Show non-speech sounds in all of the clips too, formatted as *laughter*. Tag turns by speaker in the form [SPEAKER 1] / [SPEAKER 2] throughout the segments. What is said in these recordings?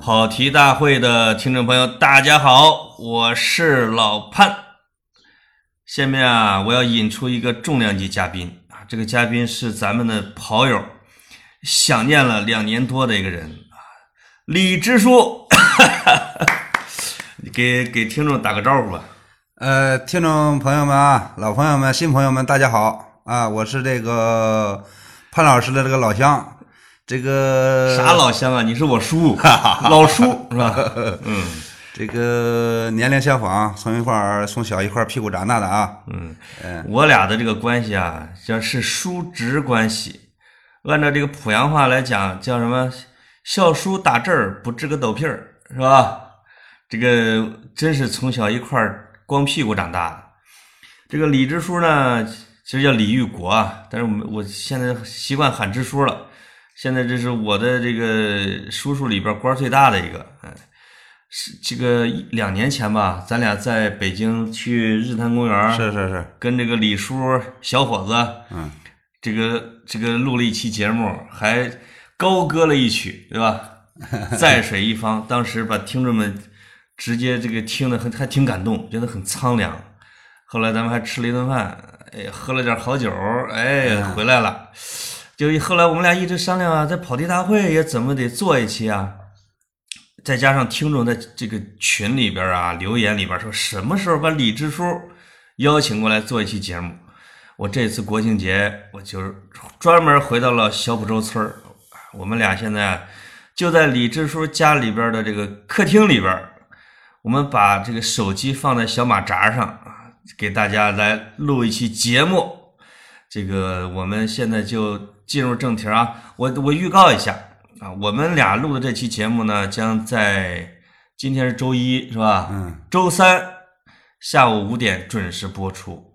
[SPEAKER 1] 跑题大会的听众朋友，大家好，我是老潘。下面啊，我要引出一个重量级嘉宾啊，这个嘉宾是咱们的跑友，想念了两年多的一个人啊，李支书，你 *laughs* 给给听众打个招呼吧。
[SPEAKER 2] 呃，听众朋友们啊，老朋友们、新朋友们，大家好啊！我是这个潘老师的这个老乡，这个
[SPEAKER 1] 啥老乡啊？你是我叔，老叔是吧？嗯
[SPEAKER 2] 这个年龄相仿，从一块儿从小一块儿屁股长大的啊。
[SPEAKER 1] 嗯，我俩的这个关系啊，叫是叔侄关系。按照这个濮阳话来讲，叫什么？孝叔打这儿不治个抖屁儿，是吧？这个真是从小一块儿光屁股长大的。这个李支书呢，其实叫李玉国啊，但是我们我现在习惯喊支书了。现在这是我的这个叔叔里边官儿最大的一个，嗯，是这个一两年前吧，咱俩在北京去日坛公园儿，
[SPEAKER 2] 是是是，
[SPEAKER 1] 跟这个李叔小伙子，嗯，这个这个录了一期节目，还高歌了一曲，对吧？在水一方，当时把听众们直接这个听得很还挺感动，觉得很苍凉。后来咱们还吃了一顿饭，哎，喝了点好酒，哎，回来了。就后来我们俩一直商量啊，在跑题大会也怎么得做一期啊。再加上听众在这个群里边啊、留言里边说，什么时候把李支书邀请过来做一期节目？我这次国庆节，我就是专门回到了小浦洲村儿。我们俩现在就在李支书家里边的这个客厅里边儿，我们把这个手机放在小马扎上啊，给大家来录一期节目。这个我们现在就进入正题啊，我我预告一下啊，我们俩录的这期节目呢，将在今天是周一，是吧？
[SPEAKER 2] 嗯，
[SPEAKER 1] 周三下午五点准时播出。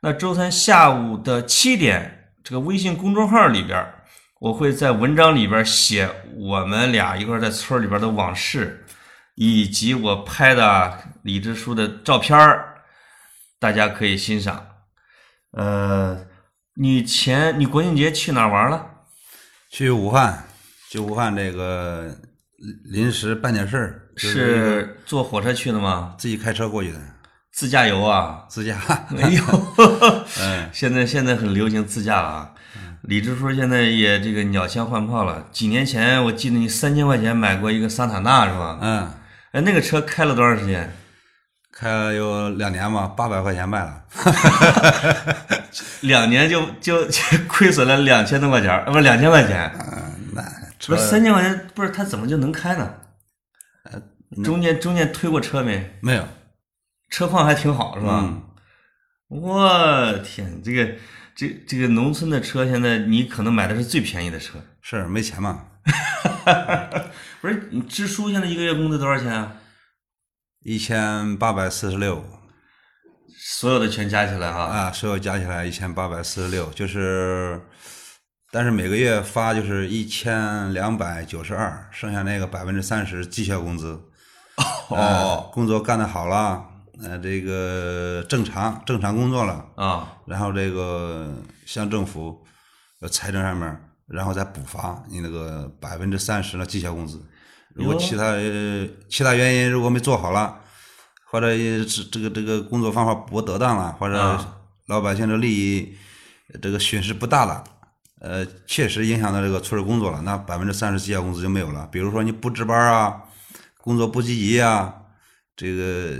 [SPEAKER 1] 那周三下午的七点，这个微信公众号里边儿，我会在文章里边儿写我们俩一块儿在村儿里边儿的往事，以及我拍的李支书的照片儿，大家可以欣赏。呃，你前你国庆节去哪儿玩了？
[SPEAKER 2] 去武汉，去武汉这个临时办点事儿，就是
[SPEAKER 1] 是坐火车去的吗？
[SPEAKER 2] 自己开车过去的，
[SPEAKER 1] 自驾游啊？
[SPEAKER 2] 自驾。 *laughs*
[SPEAKER 1] 哎 *laughs* 呦，
[SPEAKER 2] 嗯，
[SPEAKER 1] 现在现在很流行自驾了啊。李支书现在也这个鸟枪换炮了。几年前我记得你三千块钱买过一个桑塔纳是吧？
[SPEAKER 2] 嗯，
[SPEAKER 1] 哎，那个车开了多长时间？
[SPEAKER 2] 开了有两年吧，八百块钱卖了。
[SPEAKER 1] 两年就就就 *laughs* 亏损了两千多块钱儿，啊不是两千块钱，
[SPEAKER 2] 嗯，那车
[SPEAKER 1] 不是三千块钱，不是他怎么就能开呢？中间中间推过车没？
[SPEAKER 2] 没有
[SPEAKER 1] 车况还挺好是吧？
[SPEAKER 2] 嗯
[SPEAKER 1] 我天，这个这这个农村的车，现在你可能买的是最便宜的车，
[SPEAKER 2] 是没钱嘛？
[SPEAKER 1] 不是？你支书现在一个月工资多少钱啊？
[SPEAKER 2] 一千八百四十六
[SPEAKER 1] 所有的全加起来啊，
[SPEAKER 2] 啊，所有加起来一千八百四十六，就是，但是每个月发就是一千两百九十二，剩下那个百分之三十绩效工资。呃，工作干得好了，呃，这个正常正常工作了，
[SPEAKER 1] 啊，
[SPEAKER 2] 然后这个向政府、呃财政上面儿，然后再补发你那个百分之三十的绩效工资。如果
[SPEAKER 1] 哟
[SPEAKER 2] 其他呃其他原因如果没做好了，或者是这个这个工作方法不得当了，或者
[SPEAKER 1] 啊
[SPEAKER 2] 老百姓的利益呃这个损失不大了，呃，确实影响到这个村儿工作了，那百分之三十绩效工资就没有了。比如说你不值班啊，工作不积极啊，这个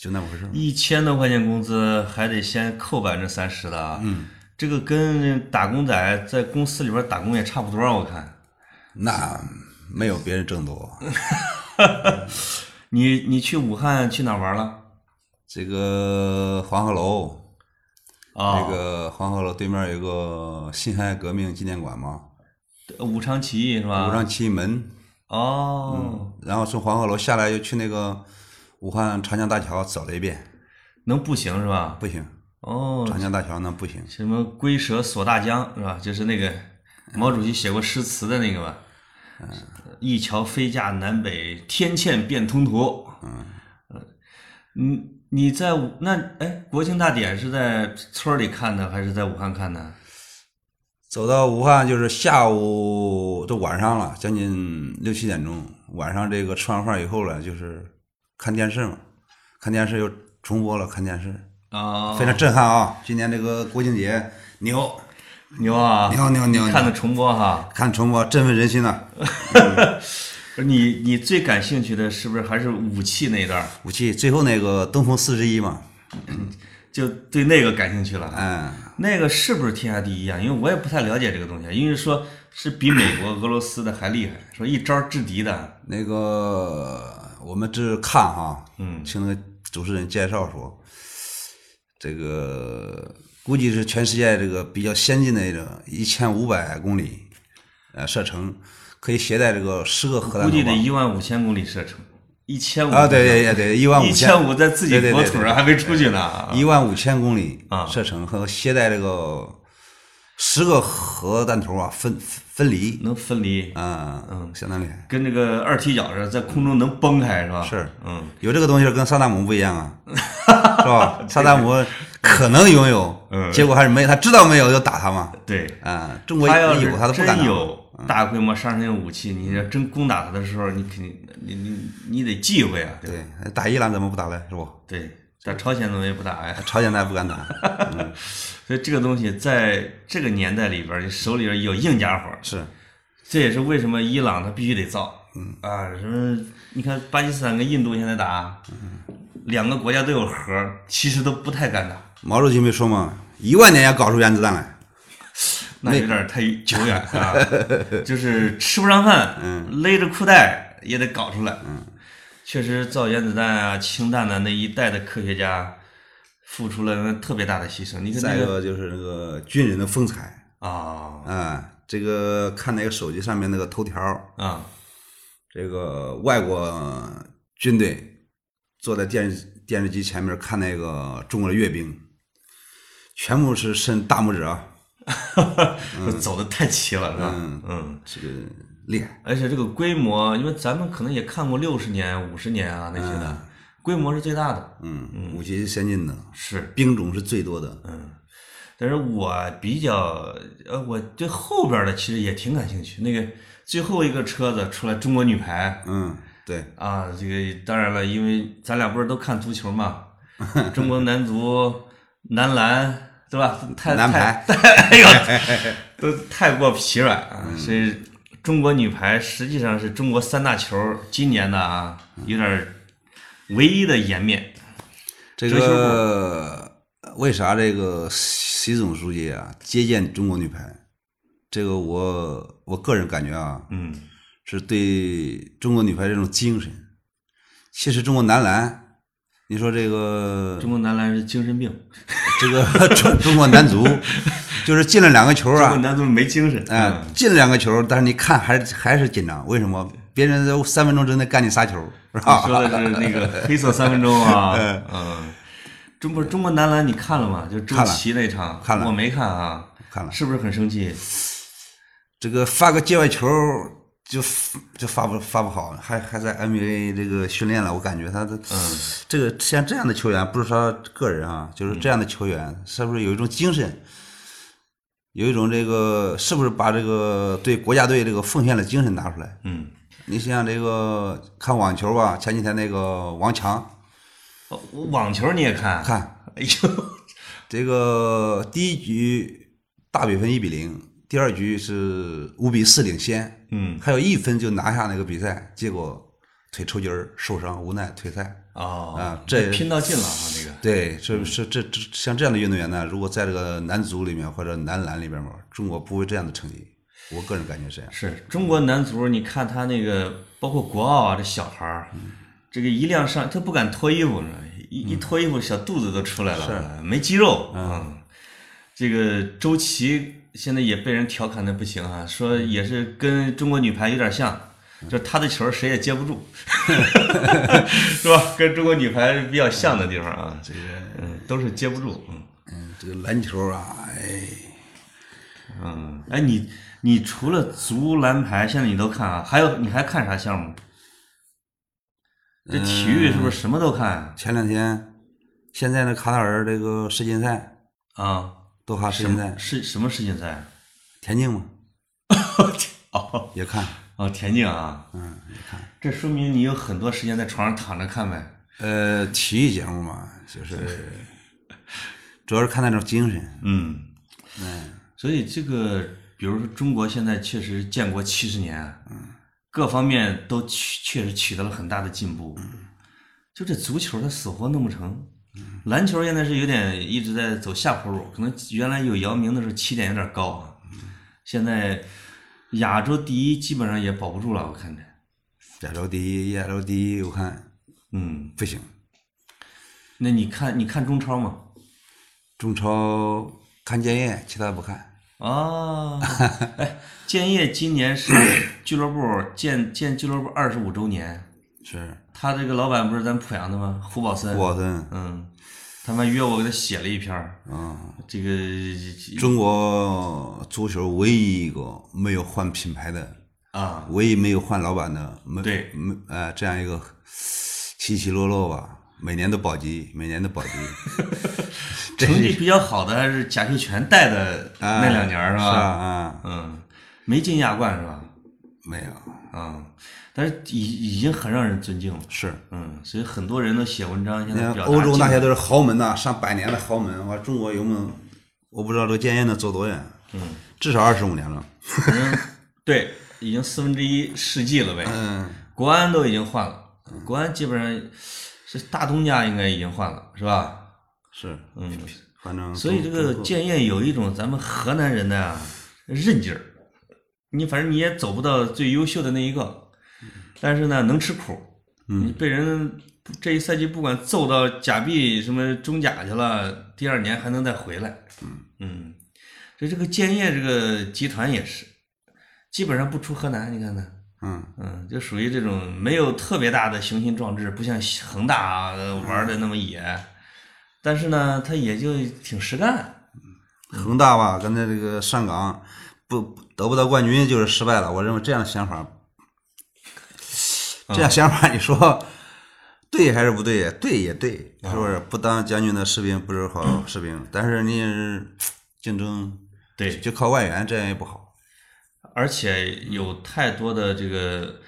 [SPEAKER 2] 就那么回事儿。
[SPEAKER 1] 一千多块钱工资还得先扣百分之三十的啊，嗯，这个跟打工仔在公司里边打工也差不多啊，我看。
[SPEAKER 2] 那没有别人挣多。
[SPEAKER 1] 你你去武汉去哪儿玩了？
[SPEAKER 2] 这个黄鹤楼，
[SPEAKER 1] 啊，
[SPEAKER 2] 那个黄鹤楼对面有个辛亥革命纪念馆嘛，
[SPEAKER 1] 哦武昌起义是吧？
[SPEAKER 2] 武昌起义门，嗯
[SPEAKER 1] 哦，
[SPEAKER 2] 然后从黄鹤楼下来又去那个武汉长江大桥走了一遍，
[SPEAKER 1] 能步行是吧？
[SPEAKER 2] 不行，
[SPEAKER 1] 哦，
[SPEAKER 2] 长江大桥那不行，
[SPEAKER 1] 什么“龟蛇锁大江”是吧？就是那个毛主席写过诗词的那个吧？一桥飞架南北，天堑变通途。嗯，你你在武那哎，国庆大典是在村儿里看的还是在武汉看的？
[SPEAKER 2] 走到武汉就是下午都晚上了，将近六七点钟。晚上这个吃完饭以后了，就是看电视嘛，看电视又重播了，看电视
[SPEAKER 1] 啊，
[SPEAKER 2] 非常震撼啊！今年这个国庆节牛
[SPEAKER 1] 牛啊，
[SPEAKER 2] 牛牛牛，
[SPEAKER 1] 看的重播哈。
[SPEAKER 2] 看重播振奋人心呐、
[SPEAKER 1] 不是你你最感兴趣的是不是还是武器那一段儿？
[SPEAKER 2] 武器最后那个东风四十一嘛，
[SPEAKER 1] 就对那个感兴趣了啊。
[SPEAKER 2] 嗯，
[SPEAKER 1] 那个是不是天下第一啊？因为我也不太了解这个东西，因为说是比美国、俄罗斯的还厉害，说一招制敌的。
[SPEAKER 2] 那个我们只看哈，嗯，听那个主持人介绍说，这个估计是全世界这个比较先进的一种一千五百公里呃射程，可以携带这个十个核弹
[SPEAKER 1] 估计
[SPEAKER 2] 头吧
[SPEAKER 1] 得一万五千公里射程，一千五
[SPEAKER 2] 啊，对对对对，一万五
[SPEAKER 1] 一千五在自己国土上还没出去呢啊。
[SPEAKER 2] 一万五千公里
[SPEAKER 1] 啊
[SPEAKER 2] 射程和携带这个十个核弹头啊分分离，
[SPEAKER 1] 能分离，
[SPEAKER 2] 嗯嗯，相当厉害。
[SPEAKER 1] 跟那个二踢脚似的，在空中能崩开是吧？
[SPEAKER 2] 是，
[SPEAKER 1] 嗯，
[SPEAKER 2] 有这个东西跟萨达姆不一样啊， *laughs* 是吧？萨达姆可能拥有，
[SPEAKER 1] 嗯
[SPEAKER 2] 结果还是没有，他知道没有就打他嘛。
[SPEAKER 1] 对。
[SPEAKER 2] 啊，中国
[SPEAKER 1] 他要
[SPEAKER 2] 一
[SPEAKER 1] 是
[SPEAKER 2] 有他都不
[SPEAKER 1] 真
[SPEAKER 2] 敢打。嗯
[SPEAKER 1] 有大规模杀伤性武器，你要真攻打他的时候，你肯定你你你得忌讳啊，对吧？
[SPEAKER 2] 对，打伊朗怎么不打嘞？是不？
[SPEAKER 1] 对，打朝鲜怎么也不哎打呀？
[SPEAKER 2] 朝鲜咱也不敢打。 *laughs*
[SPEAKER 1] 所以这个东西在这个年代里边儿，你手里边有硬家伙儿，
[SPEAKER 2] 是，
[SPEAKER 1] 这也是为什么伊朗它必须得造。嗯啊，什么？你看巴基斯坦跟印度现在打，两个国家都有核儿，其实都不太敢打，
[SPEAKER 2] 毛主席没说嘛，一万年要搞出原子弹来。
[SPEAKER 1] 那有点儿太久远 *laughs* 啊。就是吃不上饭，勒着裤带也得搞出来。嗯，确实造原子弹啊、氢弹的那一代的科学家付出了特别大的牺牲。你看
[SPEAKER 2] 再
[SPEAKER 1] 那
[SPEAKER 2] 一
[SPEAKER 1] 个
[SPEAKER 2] 个就是那个军人的风采
[SPEAKER 1] 啊
[SPEAKER 2] 啊，这个看那个手机上面那个头条，
[SPEAKER 1] 啊 *laughs*
[SPEAKER 2] 这个外国军队坐在电视电视机前面看那个中国的阅兵，全部是伸大拇指啊，
[SPEAKER 1] 走的太齐了，是吧？嗯，
[SPEAKER 2] 这个厉害。
[SPEAKER 1] 而且这个规模，因为咱们可能也看过六十年、五十年啊那些的，规模是最大的。
[SPEAKER 2] 嗯，武器是先进的，
[SPEAKER 1] 是，
[SPEAKER 2] 兵种是最多
[SPEAKER 1] 嗯
[SPEAKER 2] 的。
[SPEAKER 1] 但是我比较呃，我对后边的其实也挺感兴趣。那个最后一个车子出来，中国女排
[SPEAKER 2] 嗯，对，
[SPEAKER 1] 啊，这个当然了，因为咱俩不是都看足球
[SPEAKER 2] *laughs*
[SPEAKER 1] 嘛，中国男足、男篮。对吧？太
[SPEAKER 2] 男
[SPEAKER 1] 太
[SPEAKER 2] 排 *laughs*
[SPEAKER 1] 哎呦， *laughs* 都太过疲软啊！
[SPEAKER 2] 嗯
[SPEAKER 1] 所以中国女排实际上是中国三大球今年的啊，
[SPEAKER 2] 嗯
[SPEAKER 1] 有点儿唯一的颜面。 *laughs*
[SPEAKER 2] 这
[SPEAKER 1] 哲学
[SPEAKER 2] 个为啥这个习总书记啊接见中国女排？这个我我个人感觉啊，
[SPEAKER 1] 嗯，
[SPEAKER 2] 是对中国女排这种精神。其实中国男篮，你说这
[SPEAKER 1] *laughs*
[SPEAKER 2] 个
[SPEAKER 1] 中国男篮是精神病，
[SPEAKER 2] 这个中中国男足，就是进了两个球
[SPEAKER 1] 中国
[SPEAKER 2] 啊，
[SPEAKER 1] 男足没精神。
[SPEAKER 2] 哎、
[SPEAKER 1] 嗯
[SPEAKER 2] 进了两个球，但是你看还是还是紧张，为什么？别人都三分钟之内干你仨球，是吧？
[SPEAKER 1] 你说的是那个黑色三分钟啊，嗯，中国中国男篮你看了吗？就周
[SPEAKER 2] 看了
[SPEAKER 1] 琦那场，
[SPEAKER 2] 看了
[SPEAKER 1] 我没看啊，
[SPEAKER 2] *laughs* 看了
[SPEAKER 1] 是不是很生气？
[SPEAKER 2] 这个发个界外球就就发不发不好，还还在 NBA 这个训练了，我感觉他的、这个像这样的球员，不是说个人啊，就是这样的球员，是不是有一种精神，有一种这个是不是把这个对国家队这个奉献的精神拿出来？
[SPEAKER 1] 嗯，
[SPEAKER 2] 你像这个看网球吧，前几天那个王强，
[SPEAKER 1] 哦网球你也看？
[SPEAKER 2] 看
[SPEAKER 1] 哎呦，
[SPEAKER 2] 这个第一局大比分一比零，第二局是五比四领先，
[SPEAKER 1] 嗯
[SPEAKER 2] 还有一分就拿下那个比赛，结果腿抽筋儿受伤，无奈退赛。
[SPEAKER 1] 哦
[SPEAKER 2] 啊这
[SPEAKER 1] 拼到尽了啊，这个
[SPEAKER 2] 对，这是这这像这样的运动员呢，如果在这个男足里面或者男篮里边嘛，中国不会这样的成绩。我个人感觉是这样。
[SPEAKER 1] 是中国男足，你看他那个，包括国奥啊，这小孩儿，这个一亮相他不敢脱衣服呢，一一脱衣服小肚子都出来了，没肌肉啊。这个周琦现在也被人调侃的不行啊，说也是跟中国女排有点像，就他的球谁也接不住， *laughs* 是吧？跟中国女排比较像的地方啊，这个嗯都是接不住，嗯。
[SPEAKER 2] 嗯，这个篮球啊，哎，
[SPEAKER 1] 嗯，哎，你你除了足篮排，现在你都看啊？还有你还看啥项目？这体育是不
[SPEAKER 2] 嗯
[SPEAKER 1] 是什么都看啊？
[SPEAKER 2] 前两天现在呢，卡塔尔这个世锦赛，
[SPEAKER 1] 啊，
[SPEAKER 2] 多哈世
[SPEAKER 1] 什
[SPEAKER 2] 锦赛
[SPEAKER 1] 么是什么世锦赛？
[SPEAKER 2] 田
[SPEAKER 1] *laughs*
[SPEAKER 2] 径嘛，
[SPEAKER 1] 哦
[SPEAKER 2] 也看，
[SPEAKER 1] 哦，田径啊，
[SPEAKER 2] 嗯，也看。
[SPEAKER 1] 这说明你有很多时间在床上躺着看呗。
[SPEAKER 2] 呃，体育节目嘛，
[SPEAKER 1] *laughs*
[SPEAKER 2] 就是主要是看那种精神。
[SPEAKER 1] 嗯，所以这个，比如说中国现在确实建国七十年，嗯，各方面都取确实取得了很大的进步。就这足球，它死活弄不成。篮球现在是有点一直在走下坡路，可能原来有姚明的时候起点有点高啊，现在亚洲第一基本上也保不住了，我看着。
[SPEAKER 2] 亚洲第一，亚洲第一，我看
[SPEAKER 1] 嗯，
[SPEAKER 2] 不行。
[SPEAKER 1] 那你看你看中超吗？
[SPEAKER 2] 中超看建业，其他不看。 *laughs*
[SPEAKER 1] 啊，哎，建业今年是俱乐部建建俱乐部二十五周年，
[SPEAKER 2] 是
[SPEAKER 1] 他这个老板不是咱濮阳的吗？胡宝森，
[SPEAKER 2] 沃森，
[SPEAKER 1] 嗯，他们约我给他写了一篇儿
[SPEAKER 2] 嗯，
[SPEAKER 1] 这个
[SPEAKER 2] 中国足球唯一一个没有换品牌的，
[SPEAKER 1] 啊，
[SPEAKER 2] 唯一没有换老板的，没
[SPEAKER 1] 对
[SPEAKER 2] 没呃这样一个起起落落吧，每年都保级，每年
[SPEAKER 1] *laughs*
[SPEAKER 2] 都保级。
[SPEAKER 1] 成绩比较好的还是贾秀全带的
[SPEAKER 2] 啊
[SPEAKER 1] 那两年儿、
[SPEAKER 2] 是
[SPEAKER 1] 吧？
[SPEAKER 2] 啊，啊
[SPEAKER 1] 嗯，没进亚冠是吧？
[SPEAKER 2] 没有
[SPEAKER 1] 啊，但是已已经很让人尊敬了。
[SPEAKER 2] 是。
[SPEAKER 1] 嗯，所以很多人都写文章，现
[SPEAKER 2] 你
[SPEAKER 1] 在
[SPEAKER 2] 看
[SPEAKER 1] 表达
[SPEAKER 2] 欧洲那
[SPEAKER 1] 敬
[SPEAKER 2] 些都是豪门呐、上百年的豪门，我中国有没有？我不知道这个建业能走多远，嗯，至少二十五年了。
[SPEAKER 1] 反正对，已经四分之一世纪了呗。
[SPEAKER 2] 嗯，
[SPEAKER 1] 国安都已经换了，国安基本上是大东家应该已经换了，是吧？
[SPEAKER 2] 是，
[SPEAKER 1] 嗯，
[SPEAKER 2] 反正
[SPEAKER 1] 所以这
[SPEAKER 2] 中
[SPEAKER 1] 个
[SPEAKER 2] 中国
[SPEAKER 1] 建业有一种咱们河南人的啊韧劲儿，你反正你也走不到最优秀的那一个，但是呢能吃苦，你被人这一赛季不管揍到假币什么中甲去了，第二年还能再回来，嗯，所以这个建业这个集团也是，基本上不出河南，你看看。
[SPEAKER 2] 嗯，
[SPEAKER 1] 嗯，就属于这种没有特别大的雄心壮志，不像恒大啊呃玩的那么野，但是呢，他也就挺实干。
[SPEAKER 2] 恒大吧，跟他这个上港不得不到冠军就是失败了。我认为这样的想法，
[SPEAKER 1] 嗯
[SPEAKER 2] 这样想法你说对还是不对？对也对，是不是？
[SPEAKER 1] 嗯
[SPEAKER 2] 不当将军的士兵不
[SPEAKER 1] *clears throat*
[SPEAKER 2] 是好士兵，但是你也是竞争
[SPEAKER 1] 对，
[SPEAKER 2] 就靠外援，这样也不好。
[SPEAKER 1] 而且有太多的这个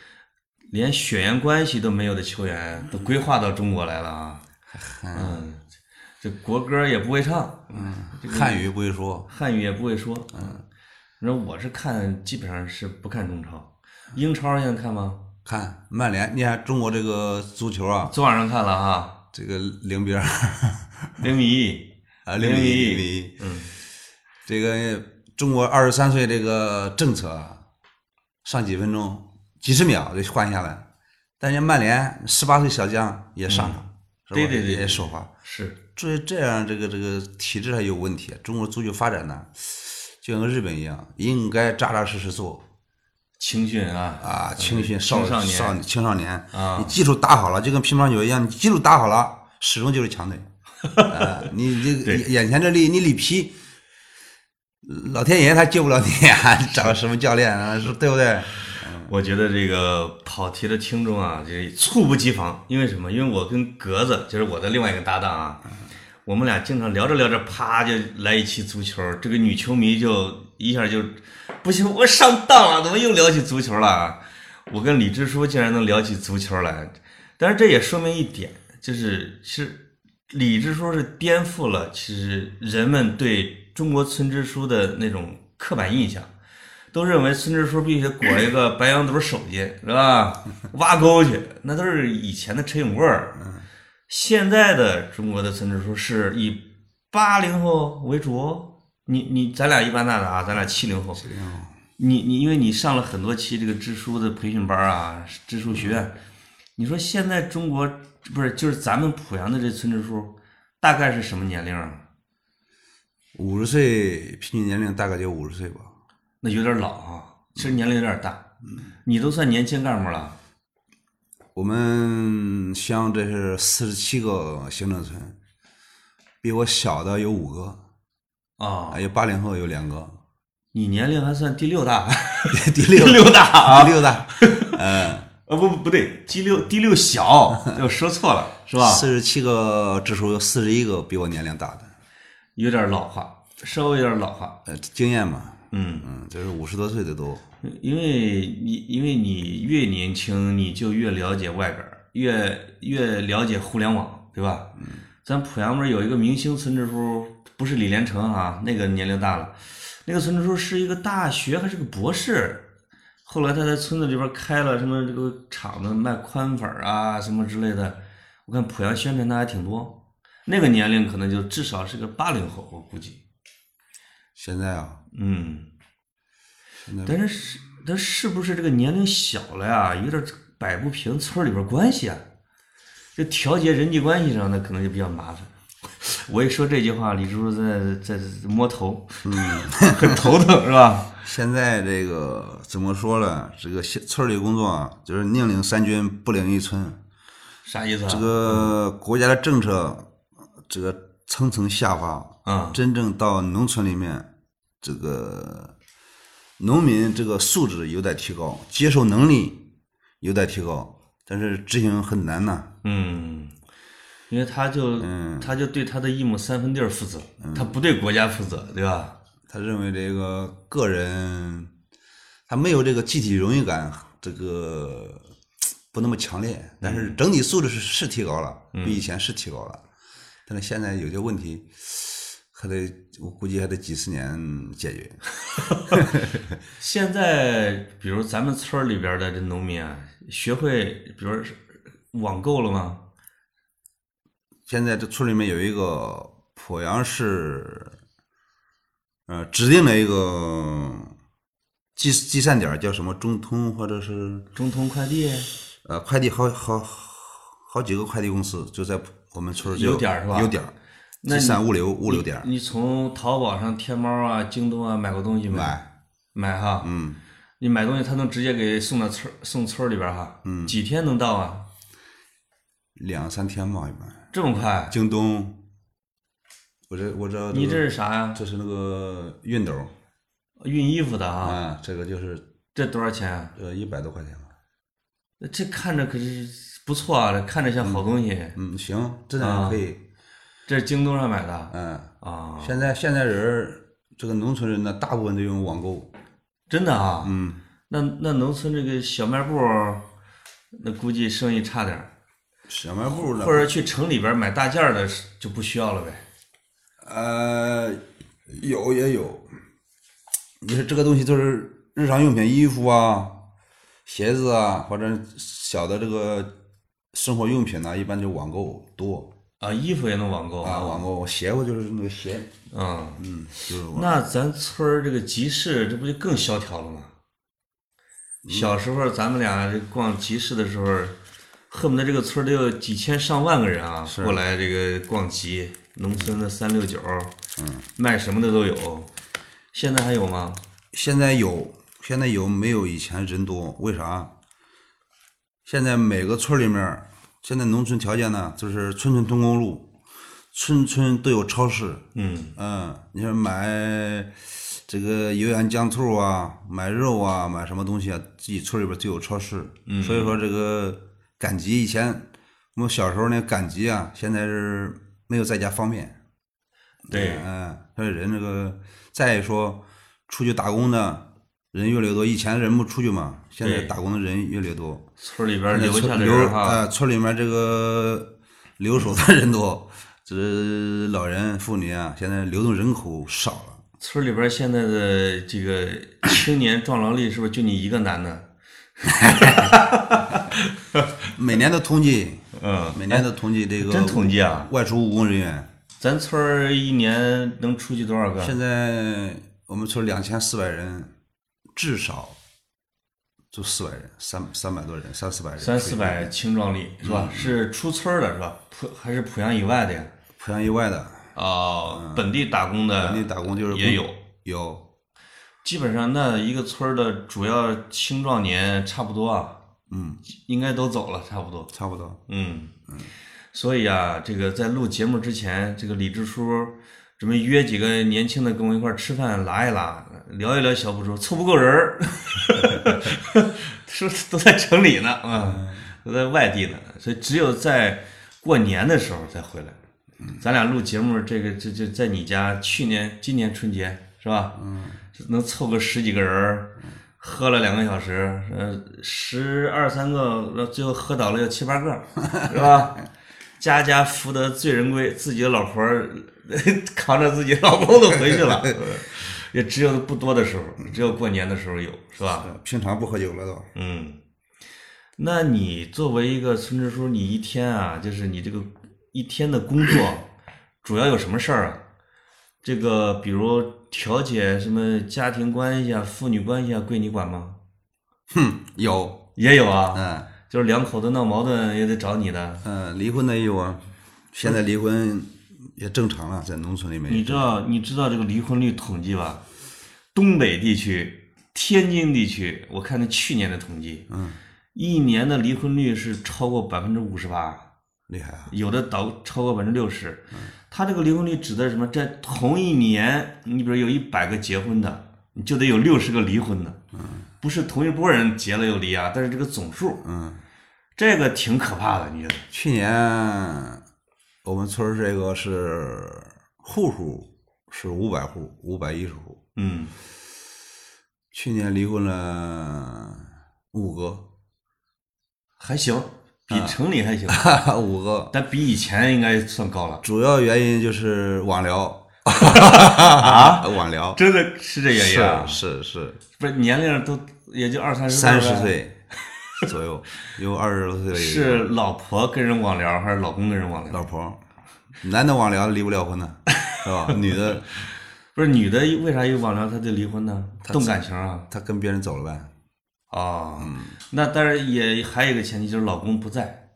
[SPEAKER 1] 连血缘关系都没有的球员都规划到中国来了啊。嗯，这国歌也不会唱，嗯，
[SPEAKER 2] 汉语不会说，
[SPEAKER 1] 汉语也不会说。嗯，你说我是看基本上是不看中超，英超现在看吗？
[SPEAKER 2] 看曼联，你看中国这个足球啊，
[SPEAKER 1] 昨晚上看了哈，
[SPEAKER 2] 这个零比二
[SPEAKER 1] 零比一。
[SPEAKER 2] 啊，
[SPEAKER 1] 零
[SPEAKER 2] 零比
[SPEAKER 1] 比
[SPEAKER 2] 一，
[SPEAKER 1] 一
[SPEAKER 2] 零比一。
[SPEAKER 1] 嗯，
[SPEAKER 2] 这个中国二十三岁这个政策啊，上几分钟、几十秒就换下来，但人家曼联十八岁小将也上场，
[SPEAKER 1] 嗯
[SPEAKER 2] 是吧
[SPEAKER 1] 对对对
[SPEAKER 2] 也首发。
[SPEAKER 1] 是，
[SPEAKER 2] 所以这样，这个这个体制还有问题。中国足球发展呢，就像日本一样，应该扎扎实实做
[SPEAKER 1] 青训啊，
[SPEAKER 2] 啊，青训少
[SPEAKER 1] 青少年
[SPEAKER 2] 少青少年
[SPEAKER 1] 啊
[SPEAKER 2] 你基础打好了，就跟乒乓球一样，你基础打好了，始终就
[SPEAKER 1] *laughs*
[SPEAKER 2] 是强队。啊，你这个
[SPEAKER 1] 对
[SPEAKER 2] 眼眼前这利，你里皮，老天爷他救不了
[SPEAKER 1] *laughs*
[SPEAKER 2] 你啊！找什么教练啊？是对不对？
[SPEAKER 1] 我觉得这个跑题的听众啊，这猝不及防，因为什么？因为我跟格子，就是我的另外一个搭档啊，
[SPEAKER 2] 嗯
[SPEAKER 1] 我们俩经常聊着聊着，啪就来一期足球，这个女球迷就一下就不行，我上当了，怎么又聊起足球了？啊我跟李支书竟然能聊起足球来，但是这也说明一点，就是其实李支书是颠覆了其实人们对中国村支书的那种刻板印象。都认为村支书必须得裹一个白羊肚手巾，是吧？挖沟去，那都是以前的陈永贵儿。现在的中国的村支书是以八零后为主哦。你你咱俩一般大的啊，咱俩七零后。你你因为你上了很多期这个支书的培训班啊，支书学院。你说现在中国不是就是咱们濮阳的这村支书，大概是什么年龄啊？
[SPEAKER 2] 五十岁平均年龄大概就五十岁吧。
[SPEAKER 1] 那有点老啊，其实年龄有点大。你都算年轻干部了。啊
[SPEAKER 2] 我们乡这是四十七个行政村，比我小的有五个，
[SPEAKER 1] 啊
[SPEAKER 2] 啊，，有八零后有两个， *laughs*
[SPEAKER 1] 你年龄还算第六 *laughs* 大，
[SPEAKER 2] 第六
[SPEAKER 1] 第六大啊，
[SPEAKER 2] 第六大，嗯，
[SPEAKER 1] 呃不不不对，第六第六 *laughs* 小，我说错了是吧？
[SPEAKER 2] 四十七个支书有四十一个比我年龄大的，
[SPEAKER 1] 有点老化，稍微有点老化。
[SPEAKER 2] 呃，经验嘛，
[SPEAKER 1] 嗯
[SPEAKER 2] 嗯，这是五十多岁的都，
[SPEAKER 1] 因为你因为你越年轻，你就越了解外边儿，越越了解互联网，对吧？嗯，咱濮阳门有一个明星村支书，不是李连成啊，那个年龄大了，那个村支书是一个大学还是个博士，后来他在村子里边开了什么这个厂子卖宽粉儿啊什么之类的，我看濮阳宣传他还挺多，那个年龄可能就至少是个八零后，我估计，
[SPEAKER 2] 现在啊，
[SPEAKER 1] 嗯。
[SPEAKER 2] 现在
[SPEAKER 1] 但是是，但是不是这个年龄小了呀，有点摆不平村里边关系啊？这调节人际关系上呢，可能就比较麻烦。我一说这句话，李叔在在在摸头，嗯，很 *laughs* 头疼是吧？
[SPEAKER 2] 现在这个怎么说呢？这个县村里工作啊，就是宁领三军，不领一村。
[SPEAKER 1] 啥意思啊？
[SPEAKER 2] 这个国家的政策，这个层层下发，
[SPEAKER 1] 嗯
[SPEAKER 2] 真正到农村里面，这个农民这个素质有待提高，接受能力有待提高，但是执行很难呐、
[SPEAKER 1] 嗯，因为他就、
[SPEAKER 2] 嗯
[SPEAKER 1] 他就对他的一亩三分地儿负责，他不对国家负责，对吧？
[SPEAKER 2] 他认为这个个人，他没有这个集体荣誉感，这个不那么强烈，但是整体素质是是提高了，比以前是提高了，但是现在有些问题还得，我估计还得几十年解决。
[SPEAKER 1] 现在，比如咱们村儿里边的这农民啊，学会比如是网购了吗？
[SPEAKER 2] 现在这村里面有一个濮阳市，呃，指定了一个集集散点儿，叫什么中通或者是
[SPEAKER 1] 中通快递
[SPEAKER 2] 呃，快递好好好几个快递公司就在我们村儿就
[SPEAKER 1] 有点儿是吧
[SPEAKER 2] 有点儿，
[SPEAKER 1] 那
[SPEAKER 2] 集散物流物流点儿
[SPEAKER 1] 你从淘宝上、天猫啊、京东啊买过东西没？
[SPEAKER 2] 买，
[SPEAKER 1] 买哈，
[SPEAKER 2] 嗯，
[SPEAKER 1] 你买东西他能直接给送到村儿送村儿里边儿哈，嗯，几天能到啊？
[SPEAKER 2] 两三天吧一般。
[SPEAKER 1] 这么快？
[SPEAKER 2] 京东，我这我这
[SPEAKER 1] 你这是啥呀？
[SPEAKER 2] 嗯这是那个熨斗儿
[SPEAKER 1] 熨衣服的啊？
[SPEAKER 2] 啊，这个就是
[SPEAKER 1] 这多少钱啊？
[SPEAKER 2] 呃一百多块钱吧。
[SPEAKER 1] 这看着可是不错啊，这看着像好东西。
[SPEAKER 2] 嗯，行，质量也可以。
[SPEAKER 1] 这是京东上买的
[SPEAKER 2] 嗯，
[SPEAKER 1] 啊？
[SPEAKER 2] 现在现在人儿这个农村人呢，大部分都用网购。
[SPEAKER 1] 真的啊？
[SPEAKER 2] 嗯，
[SPEAKER 1] 那那农村这个小卖部，那估计生意差点儿，
[SPEAKER 2] 小卖部呢
[SPEAKER 1] 或，者去城里边儿买大件儿的就不需要了呗。
[SPEAKER 2] 呃，有也有。你说这个东西都是日常用品，衣服啊、鞋子啊，或者小的这个生活用品啊呢、一般就网购多
[SPEAKER 1] 啊，衣服也能网购
[SPEAKER 2] 啊。网购鞋服就是那个鞋，
[SPEAKER 1] 嗯，
[SPEAKER 2] 嗯，就是网
[SPEAKER 1] 那咱村儿这个集市，这不就更萧条了吗？小时候咱们俩这逛集市的时候，恨不得这个村儿得有几千上万个人啊，过来这个逛集，农村的三六九，嗯，卖什么的都有。现在还有吗？
[SPEAKER 2] 现在有，现在有没有以前人多？为啥？现在每个村里面儿，现在农村条件呢，就是村村通公路，村村都有超市。
[SPEAKER 1] 嗯
[SPEAKER 2] 嗯，你说买这个油盐酱醋啊，买肉啊，买什么东西啊，自己村里边就有超市。嗯，所以说这个赶集以前我们小时候呢，赶集啊，现在是没有在家方便。
[SPEAKER 1] 对，啊
[SPEAKER 2] 嗯，所以人这个再说出去打工的人越来越多，以前人不出去嘛，现在
[SPEAKER 1] 对
[SPEAKER 2] 打工的人越来越多，
[SPEAKER 1] 村里边儿
[SPEAKER 2] 那
[SPEAKER 1] 留
[SPEAKER 2] 村
[SPEAKER 1] 下的
[SPEAKER 2] 留
[SPEAKER 1] 人哈，
[SPEAKER 2] 呃村里面这个 *laughs* 留守的人多，这老人妇女啊，现在流动人口少了。
[SPEAKER 1] 村里边儿现在的这个青年壮劳力是不是就你一个男的？
[SPEAKER 2] 每年都统计，
[SPEAKER 1] 嗯，
[SPEAKER 2] 每年都统计这个
[SPEAKER 1] 真统计啊！
[SPEAKER 2] 外出务工人员，
[SPEAKER 1] 咱村儿一年能出去多少个？
[SPEAKER 2] 现在我们村两千四百人，至少就四百人，三三百多人，三四百人，
[SPEAKER 1] 三四百青壮力是
[SPEAKER 2] 嗯
[SPEAKER 1] 吧？是出村儿的是吧？濮还是濮阳以外的呀？
[SPEAKER 2] 濮阳以外的。
[SPEAKER 1] 哦，本地打工的，
[SPEAKER 2] 本地打工就是
[SPEAKER 1] 也有
[SPEAKER 2] 工。有，
[SPEAKER 1] 基本上那一个村儿的主要青壮年差不多啊，
[SPEAKER 2] 嗯，
[SPEAKER 1] 应该都走了，差不多。
[SPEAKER 2] 差不多。
[SPEAKER 1] 嗯所以啊，这个在录节目之前，这个李支书准备约几个年轻的跟我一块儿吃饭，拉一拉，聊一聊小不周，凑不够人儿，说 *laughs* 都在城里呢，啊、都在外地呢，所以只有在过年的时候才回来。咱俩录节目，这个这这在你家，去年今年春节是吧？嗯，能凑个十几个人儿，喝了两个小时，呃，十二三个，呃最后喝倒了有七八个，是吧？家家福得醉人归，自己的老婆儿 *laughs* 扛着自己老公都回去了，呃也只有不多的时候，只有过年的时候有，是吧？
[SPEAKER 2] 平常不喝酒了都。
[SPEAKER 1] 嗯，那你作为一个村支书，你一天啊，就是你这个一天的工作，主要有什么事儿啊？这个比如调解什么家庭关系啊、父女关系啊，归你管吗？
[SPEAKER 2] 哼，有，
[SPEAKER 1] 也有啊，
[SPEAKER 2] 嗯
[SPEAKER 1] 就是两口子闹矛盾也得找你的。
[SPEAKER 2] 嗯，离婚的也有啊，现在离婚也正常了，在农村里
[SPEAKER 1] 你
[SPEAKER 2] 面。
[SPEAKER 1] 知道你知道这个离婚率统计吧？东北地区、天津地区，我看那去年的统计，
[SPEAKER 2] 嗯，
[SPEAKER 1] 一年的离婚率是超过百分之五十八。
[SPEAKER 2] 厉害啊！
[SPEAKER 1] 有的倒超过百分之六十。
[SPEAKER 2] 嗯
[SPEAKER 1] 他这个离婚率指的是什么？在同一年，你比如有一百个结婚的，你就得有六十个离婚的。
[SPEAKER 2] 嗯
[SPEAKER 1] 不是同一波人结了又离啊，但是这个总数，
[SPEAKER 2] 嗯，
[SPEAKER 1] 这个挺可怕的，你觉得？
[SPEAKER 2] 去年我们村儿这个是户户是五百户，五百一十户。
[SPEAKER 1] 嗯，
[SPEAKER 2] 去年离婚了五个， *laughs*
[SPEAKER 1] 还行，比
[SPEAKER 2] 啊
[SPEAKER 1] 城里还行，
[SPEAKER 2] 五个。
[SPEAKER 1] 但比以前应该算高了。
[SPEAKER 2] 主要原因就是网聊啊，网聊
[SPEAKER 1] 真的是这原因啊？
[SPEAKER 2] 是是是，
[SPEAKER 1] 不是年龄都也就二三十，
[SPEAKER 2] 三十，岁左右，有二十多岁的，
[SPEAKER 1] 是老婆跟人网聊还是老公跟人网聊？
[SPEAKER 2] 老婆，男的网聊离不了婚呢， *laughs* 是吧？女的
[SPEAKER 1] 不是女的为啥一网聊她就离婚呢？动感情啊？
[SPEAKER 2] 她跟别人走了呗，
[SPEAKER 1] 哦，
[SPEAKER 2] 嗯
[SPEAKER 1] 那当然也还有一个前提就是老公不在，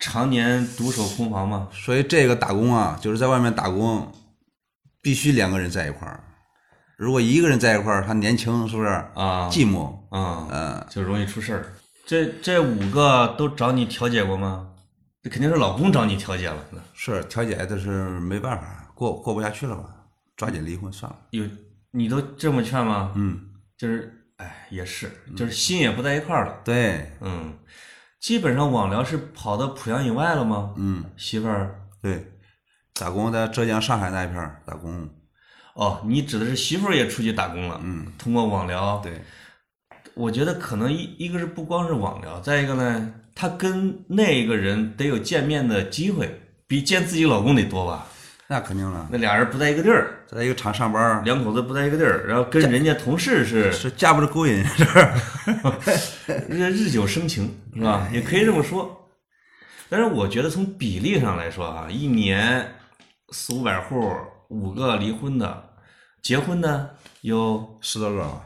[SPEAKER 1] 常年独守空房嘛。
[SPEAKER 2] 所以这个打工啊，就是在外面打工，必须两个人在一块儿。如果一个人在一块儿，他年轻是不是
[SPEAKER 1] 啊
[SPEAKER 2] 寂寞，
[SPEAKER 1] 嗯，
[SPEAKER 2] 嗯，
[SPEAKER 1] 就容易出事儿。这这五个都找你调解过吗？这肯定是老公找你调解了。
[SPEAKER 2] 是调解，这是没办法，过过不下去了吧？抓紧离婚算了。
[SPEAKER 1] 有你都这么劝吗？
[SPEAKER 2] 嗯，
[SPEAKER 1] 就是哎，也是，就是心也不在一块儿了。
[SPEAKER 2] 对
[SPEAKER 1] 嗯，基本上网聊是跑到濮阳以外了吗？
[SPEAKER 2] 嗯，
[SPEAKER 1] 媳妇儿，
[SPEAKER 2] 对，打工在浙江、上海那一片儿打工，
[SPEAKER 1] 哦，你指的是媳妇儿也出去打工了？
[SPEAKER 2] 嗯，
[SPEAKER 1] 通过网聊。
[SPEAKER 2] 对，
[SPEAKER 1] 我觉得可能一一个是不光是网聊，再一个呢，她跟那个人得有见面的机会，比见自己老公得多吧？
[SPEAKER 2] 那肯定了，
[SPEAKER 1] 那俩人不在一个地儿，
[SPEAKER 2] 在一个厂上班儿
[SPEAKER 1] 两口子不在一个地儿，然后跟人家同事是
[SPEAKER 2] *laughs* 是架不着勾引，是吧
[SPEAKER 1] 日日久生情，是吧？也可以这么说。但是我觉得从比例上来说啊，一年四五百户，五个离婚的，结婚的有
[SPEAKER 2] 十多个吧。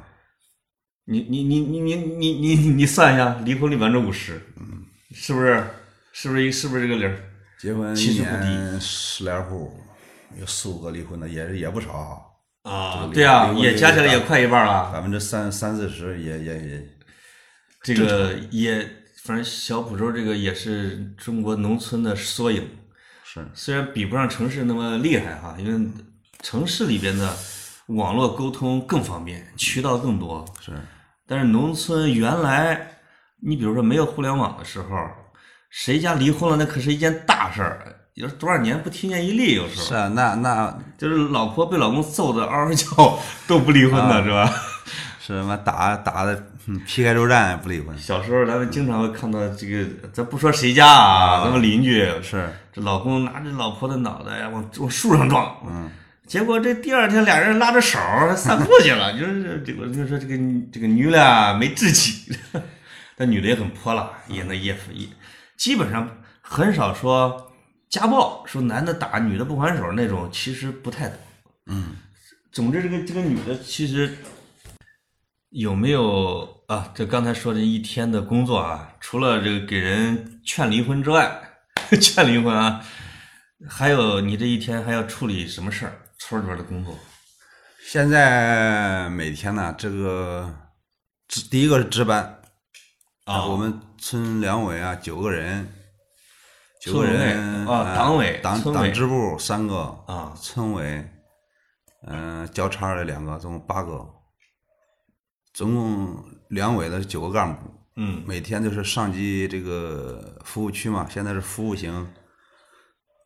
[SPEAKER 1] 你你你你你你你你你算一下，离婚率百分之五十，是不是？是不是是不是这个理儿？
[SPEAKER 2] 结婚
[SPEAKER 1] 其
[SPEAKER 2] 一
[SPEAKER 1] 实不低
[SPEAKER 2] 年十来户，有四五个离婚的，也是也不少，
[SPEAKER 1] 啊，
[SPEAKER 2] 离
[SPEAKER 1] 对啊，
[SPEAKER 2] 离婚
[SPEAKER 1] 也
[SPEAKER 2] 率
[SPEAKER 1] 加起来
[SPEAKER 2] 大
[SPEAKER 1] 也快一半了。
[SPEAKER 2] 百分之三三四十也也也
[SPEAKER 1] 这个也，反正小浦州这个也是中国农村的缩影，
[SPEAKER 2] 是
[SPEAKER 1] 虽然比不上城市那么厉害哈，因为城市里边的网络沟通更方便，渠道更多。
[SPEAKER 2] 是，
[SPEAKER 1] 但是农村原来，你比如说没有互联网的时候，谁家离婚了，那可是一件大事儿，有多少年不听见一例，有时候。
[SPEAKER 2] 是啊，那那
[SPEAKER 1] 就是老婆被老公揍的嗷嗷叫，都不离婚
[SPEAKER 2] 啊
[SPEAKER 1] 的是吧？
[SPEAKER 2] 是嘛打打的嗯皮开肉绽不离婚，
[SPEAKER 1] 小时候咱们经常会看到这个，咱不说谁家啊，咱们邻居
[SPEAKER 2] 是
[SPEAKER 1] 这老公拿着老婆的脑袋往往树上撞，嗯，结果这第二天俩人拉着手儿散步去 *laughs* 了，就是这个就说这个这个女的啊没志气， *laughs* 但女的也很泼辣，也那也也基本上很少说家暴，说男的打女的不还手那种，其实不太多，嗯，总之这个这个女的其实有没有啊？这刚才说的一天的工作啊，除了这个给人劝离婚之外， *laughs* 劝离婚啊，还有你这一天还要处理什么事儿？村儿里边的工作，
[SPEAKER 2] 现在每天呢，这个值第一个是值班
[SPEAKER 1] 啊
[SPEAKER 2] 我们村两委啊九个人，九
[SPEAKER 1] 村
[SPEAKER 2] 个
[SPEAKER 1] 委
[SPEAKER 2] 人
[SPEAKER 1] 啊
[SPEAKER 2] 呃
[SPEAKER 1] 党委
[SPEAKER 2] 党
[SPEAKER 1] 村委
[SPEAKER 2] 党支部三个
[SPEAKER 1] 啊
[SPEAKER 2] 村委，嗯、交叉的两个，总共八个，总共两委的是九个干部，
[SPEAKER 1] 嗯
[SPEAKER 2] 每天就是上级这个服务区嘛，现在是服务型，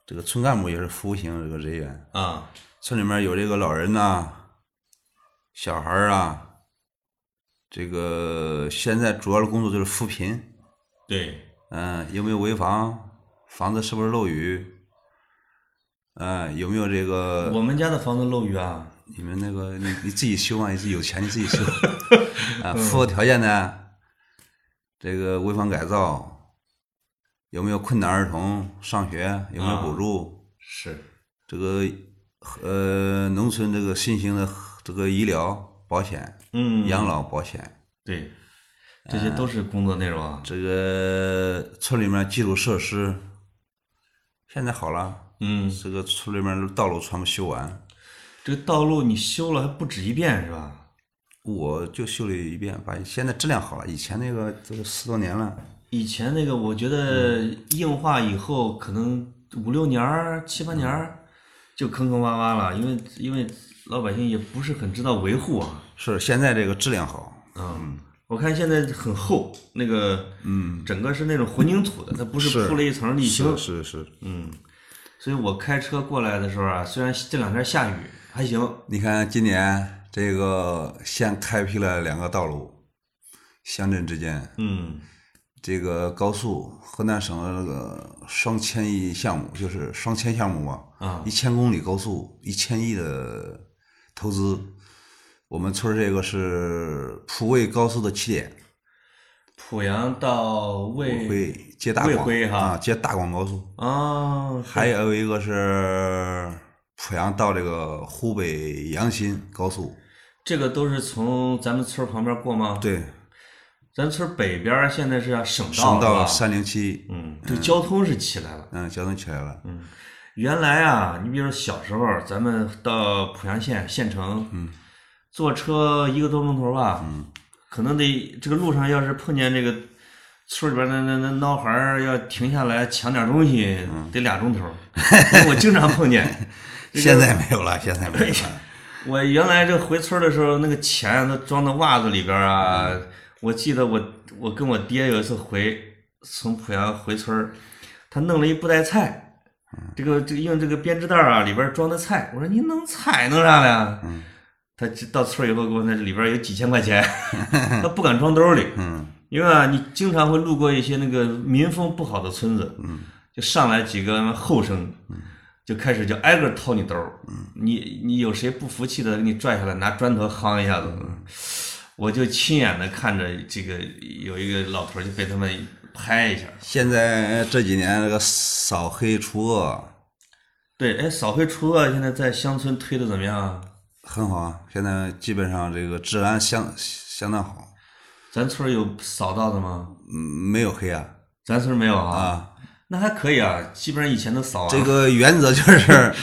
[SPEAKER 2] 这个村干部也是服务型这个人员，
[SPEAKER 1] 啊
[SPEAKER 2] 村里面有这个老人呐、小孩儿啊，这个现在主要的工作就是扶贫，
[SPEAKER 1] 对，
[SPEAKER 2] 嗯，有没有危房？房子是不是漏雨？嗯，有没有这个？
[SPEAKER 1] 我们家的房子漏雨啊，
[SPEAKER 2] 你们那个你你自己修啊，你自己有钱你自己修啊，符合条件呢？这个危房改造有没有困难儿童上学？有没有补助？
[SPEAKER 1] 是
[SPEAKER 2] 这个呃，农村这个新型的这个医疗保险、
[SPEAKER 1] 嗯
[SPEAKER 2] 养老保险，
[SPEAKER 1] 对，这些都是工作内容啊。
[SPEAKER 2] 这个村里面基础设施现在好了，
[SPEAKER 1] 嗯，
[SPEAKER 2] 这个村里面道路全部修完，
[SPEAKER 1] 这个道路你修了还不止一遍是吧？
[SPEAKER 2] 我就修了一遍，把现在质量好了，以前那个都十多年了。
[SPEAKER 1] 以前那个我觉得硬化以后可能五六年儿、七八年儿就坑坑洼洼了，因为因为老百姓也不是很知道维护啊。
[SPEAKER 2] 是现在这个质量好，
[SPEAKER 1] 嗯，我看现在很厚，那个嗯，整个是那种混凝土的，它不是
[SPEAKER 2] 是
[SPEAKER 1] 铺了一层沥青
[SPEAKER 2] 是，是是，
[SPEAKER 1] 嗯，所以我开车过来的时候啊，虽然这两天下雨，还行，
[SPEAKER 2] 你看今年这个县开辟了两个道路，乡镇之间，
[SPEAKER 1] 嗯，
[SPEAKER 2] 这个高速河南省的那个双千亿项目，就是双千项目嘛，
[SPEAKER 1] 啊
[SPEAKER 2] 一千公里高速一千亿的投资，我们村儿这个是普卫高速的起点，
[SPEAKER 1] 濮阳到
[SPEAKER 2] 我
[SPEAKER 1] 卫
[SPEAKER 2] 会接大
[SPEAKER 1] 卫
[SPEAKER 2] 广
[SPEAKER 1] 辉哈
[SPEAKER 2] 啊，接大广高速，
[SPEAKER 1] 啊，
[SPEAKER 2] 还有一个是濮阳到这个湖北阳新高速，
[SPEAKER 1] 这个都是从咱们村儿旁边过吗？，
[SPEAKER 2] 对，
[SPEAKER 1] 咱村儿北边儿现在是要省道
[SPEAKER 2] 省
[SPEAKER 1] 了
[SPEAKER 2] 道
[SPEAKER 1] 吧
[SPEAKER 2] 三零七，
[SPEAKER 1] 嗯，这交通是起来了。
[SPEAKER 2] 嗯，交通起来了，
[SPEAKER 1] 原来啊，你比如说小时候，咱们到濮阳县县城，嗯，坐车一个多钟头吧，嗯，可能得这个路上要是碰见这个村里边的那那那孬孩儿要停下来抢点东西，得俩钟头，因 *laughs* 为我经常碰见。
[SPEAKER 2] *laughs* 现在没有了，现在没有
[SPEAKER 1] *laughs*
[SPEAKER 2] 了，
[SPEAKER 1] 我原来这回村儿的时候，那个钱都装到袜子里边儿啊。我记得我我跟我爹有一次回从濮阳回村儿，他弄了一布袋菜，这个这个用这个编织袋儿啊里边儿装的菜。我说您能菜弄啥呀？他这到村儿以后给我那里边儿有几千块钱，他不敢装兜里，
[SPEAKER 2] 嗯
[SPEAKER 1] 因为啊你经常会路过一些那个民风不好的村子，就上来几个后生，就开始就挨个掏你兜儿，
[SPEAKER 2] 嗯
[SPEAKER 1] 你你有谁不服气的，给你拽下来，拿砖头夯一下子。我就亲眼的看着这个有一个老头儿就被他们拍一下，
[SPEAKER 2] 现在这几年这个扫黑除恶
[SPEAKER 1] 对，哎，扫黑除恶现在在乡村推的怎么样啊？
[SPEAKER 2] 很好啊，现在基本上这个治安相相当好，
[SPEAKER 1] 咱村儿有扫到的吗？
[SPEAKER 2] 嗯，没有黑啊
[SPEAKER 1] 咱村儿没有啊，
[SPEAKER 2] 啊，
[SPEAKER 1] 那还可以啊，基本上以前都扫完
[SPEAKER 2] 这
[SPEAKER 1] 了。
[SPEAKER 2] 个原则就是，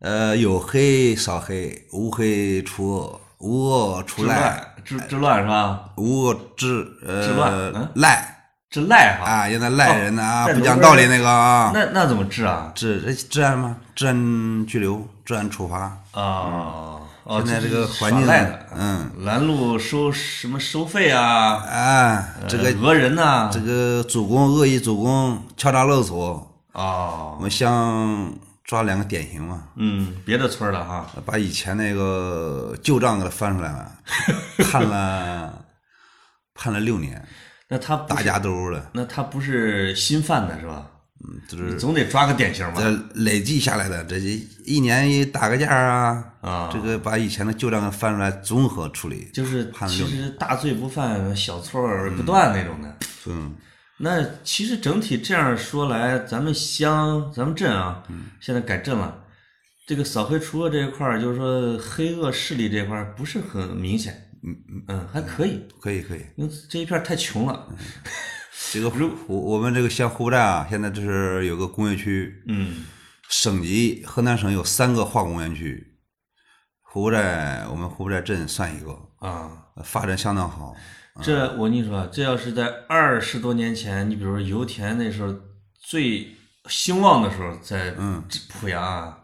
[SPEAKER 2] 呃，有黑扫黑，无黑除恶，无恶除
[SPEAKER 1] 治
[SPEAKER 2] 赖。啊
[SPEAKER 1] 乱治治乱是吧？
[SPEAKER 2] 无治
[SPEAKER 1] 治
[SPEAKER 2] 呃
[SPEAKER 1] 乱嗯
[SPEAKER 2] 赖
[SPEAKER 1] 治赖哈，
[SPEAKER 2] 啊，人家赖人呢啊，
[SPEAKER 1] 在
[SPEAKER 2] 不
[SPEAKER 1] 农
[SPEAKER 2] 讲
[SPEAKER 1] 村
[SPEAKER 2] 道
[SPEAKER 1] 儿
[SPEAKER 2] 理那个啊，
[SPEAKER 1] 那那怎么治啊？
[SPEAKER 2] 治这治安吗？治安拘留，治安处罚。
[SPEAKER 1] 啊，哦，
[SPEAKER 2] 嗯现在这个
[SPEAKER 1] 耍
[SPEAKER 2] 环境
[SPEAKER 1] 赖的，
[SPEAKER 2] 嗯，
[SPEAKER 1] 拦路收什么收费啊，
[SPEAKER 2] 啊，这个
[SPEAKER 1] 呃讹人呐，
[SPEAKER 2] 这个主攻恶意主攻敲诈勒索，我
[SPEAKER 1] 哦，
[SPEAKER 2] 们像抓两个典型嘛，
[SPEAKER 1] 嗯，别的村儿的哈，
[SPEAKER 2] 把以前那个旧账给他翻出来了，判了判了六年，
[SPEAKER 1] 那他不
[SPEAKER 2] 大
[SPEAKER 1] 是
[SPEAKER 2] 家都的，
[SPEAKER 1] 那他不是新犯的是吧？
[SPEAKER 2] 嗯，就
[SPEAKER 1] 你
[SPEAKER 2] 是
[SPEAKER 1] 总得抓个典型吧？
[SPEAKER 2] 这累计下来的，这一一年一打个架啊，
[SPEAKER 1] 啊
[SPEAKER 2] 这个把以前的旧账翻出来综合处理，
[SPEAKER 1] 就是
[SPEAKER 2] 判了
[SPEAKER 1] 其
[SPEAKER 2] 六
[SPEAKER 1] 实大罪不犯，小错儿不断那种的。
[SPEAKER 2] 嗯，
[SPEAKER 1] 那其实整体这样说来，咱们乡、咱们镇啊，
[SPEAKER 2] 嗯
[SPEAKER 1] 现在改镇了，这个扫黑除恶这一块儿，就是说黑恶势力这一块儿不是很明显，嗯嗯，还可以。
[SPEAKER 2] 可以可以。
[SPEAKER 1] 因为这一片儿太穷了。
[SPEAKER 2] 这个湖我们这个县湖站啊，现在就是有个工业区，
[SPEAKER 1] 嗯
[SPEAKER 2] 省级河南省有三个化工园区，湖寨我们湖寨镇算一个，
[SPEAKER 1] 啊，
[SPEAKER 2] 呃发展相当好。
[SPEAKER 1] 这我跟你说啊，这要是在二十多年前，你比如说油田那时候最兴旺的时候，在
[SPEAKER 2] 嗯
[SPEAKER 1] 这濮阳啊，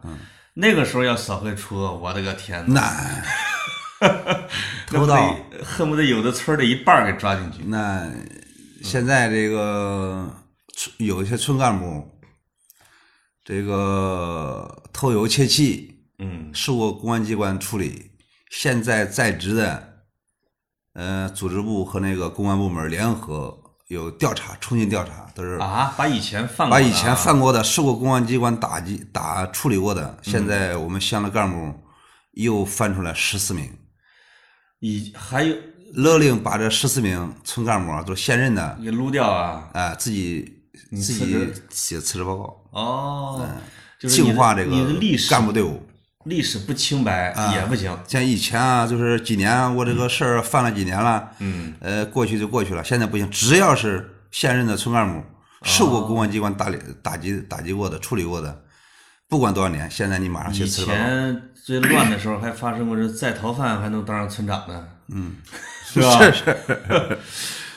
[SPEAKER 1] 那个时候要扫黑除恶，我的个天呐，
[SPEAKER 2] 那
[SPEAKER 1] *laughs* 恨不
[SPEAKER 2] 偷盗
[SPEAKER 1] 得恨不得有的村儿的一半儿给抓进去。
[SPEAKER 2] 那现在这个村有一些村干部，这个偷油窃气
[SPEAKER 1] 嗯
[SPEAKER 2] 嗯受过公安机关处理，现在在职的，呃，组织部和那个公安部门联合有调查，重新调查，都是
[SPEAKER 1] 啊，把以前犯过
[SPEAKER 2] 把
[SPEAKER 1] 的啊
[SPEAKER 2] 以前犯过的、受过公安机关打击、打处理过的，
[SPEAKER 1] 嗯
[SPEAKER 2] 现在我们乡的干部又翻出来十四名，
[SPEAKER 1] 以还有
[SPEAKER 2] 勒令把这十四名村干部啊，都是现任的，
[SPEAKER 1] 给撸掉啊，
[SPEAKER 2] 哎、自己
[SPEAKER 1] 你
[SPEAKER 2] 自
[SPEAKER 1] 辞
[SPEAKER 2] 己
[SPEAKER 1] 职
[SPEAKER 2] 写辞职报告，
[SPEAKER 1] 哦，就是你的
[SPEAKER 2] 嗯净化这个
[SPEAKER 1] 你的历史
[SPEAKER 2] 干部队啊伍。
[SPEAKER 1] 历史不清白也不行，
[SPEAKER 2] 像以前啊，就是几年我这个事儿犯了几年了，嗯，呃，过去就过去了。现在不行，只要是现任的村干部
[SPEAKER 1] 哦
[SPEAKER 2] 受过公安机关打理、打击、打击过的、处理过的，不管多少年，现在你马上去
[SPEAKER 1] 以
[SPEAKER 2] 辞职报告。
[SPEAKER 1] 前最乱的时候还发生过这再逃犯还能当上村长呢，嗯，是吧？
[SPEAKER 2] *laughs* 是是，
[SPEAKER 1] *laughs*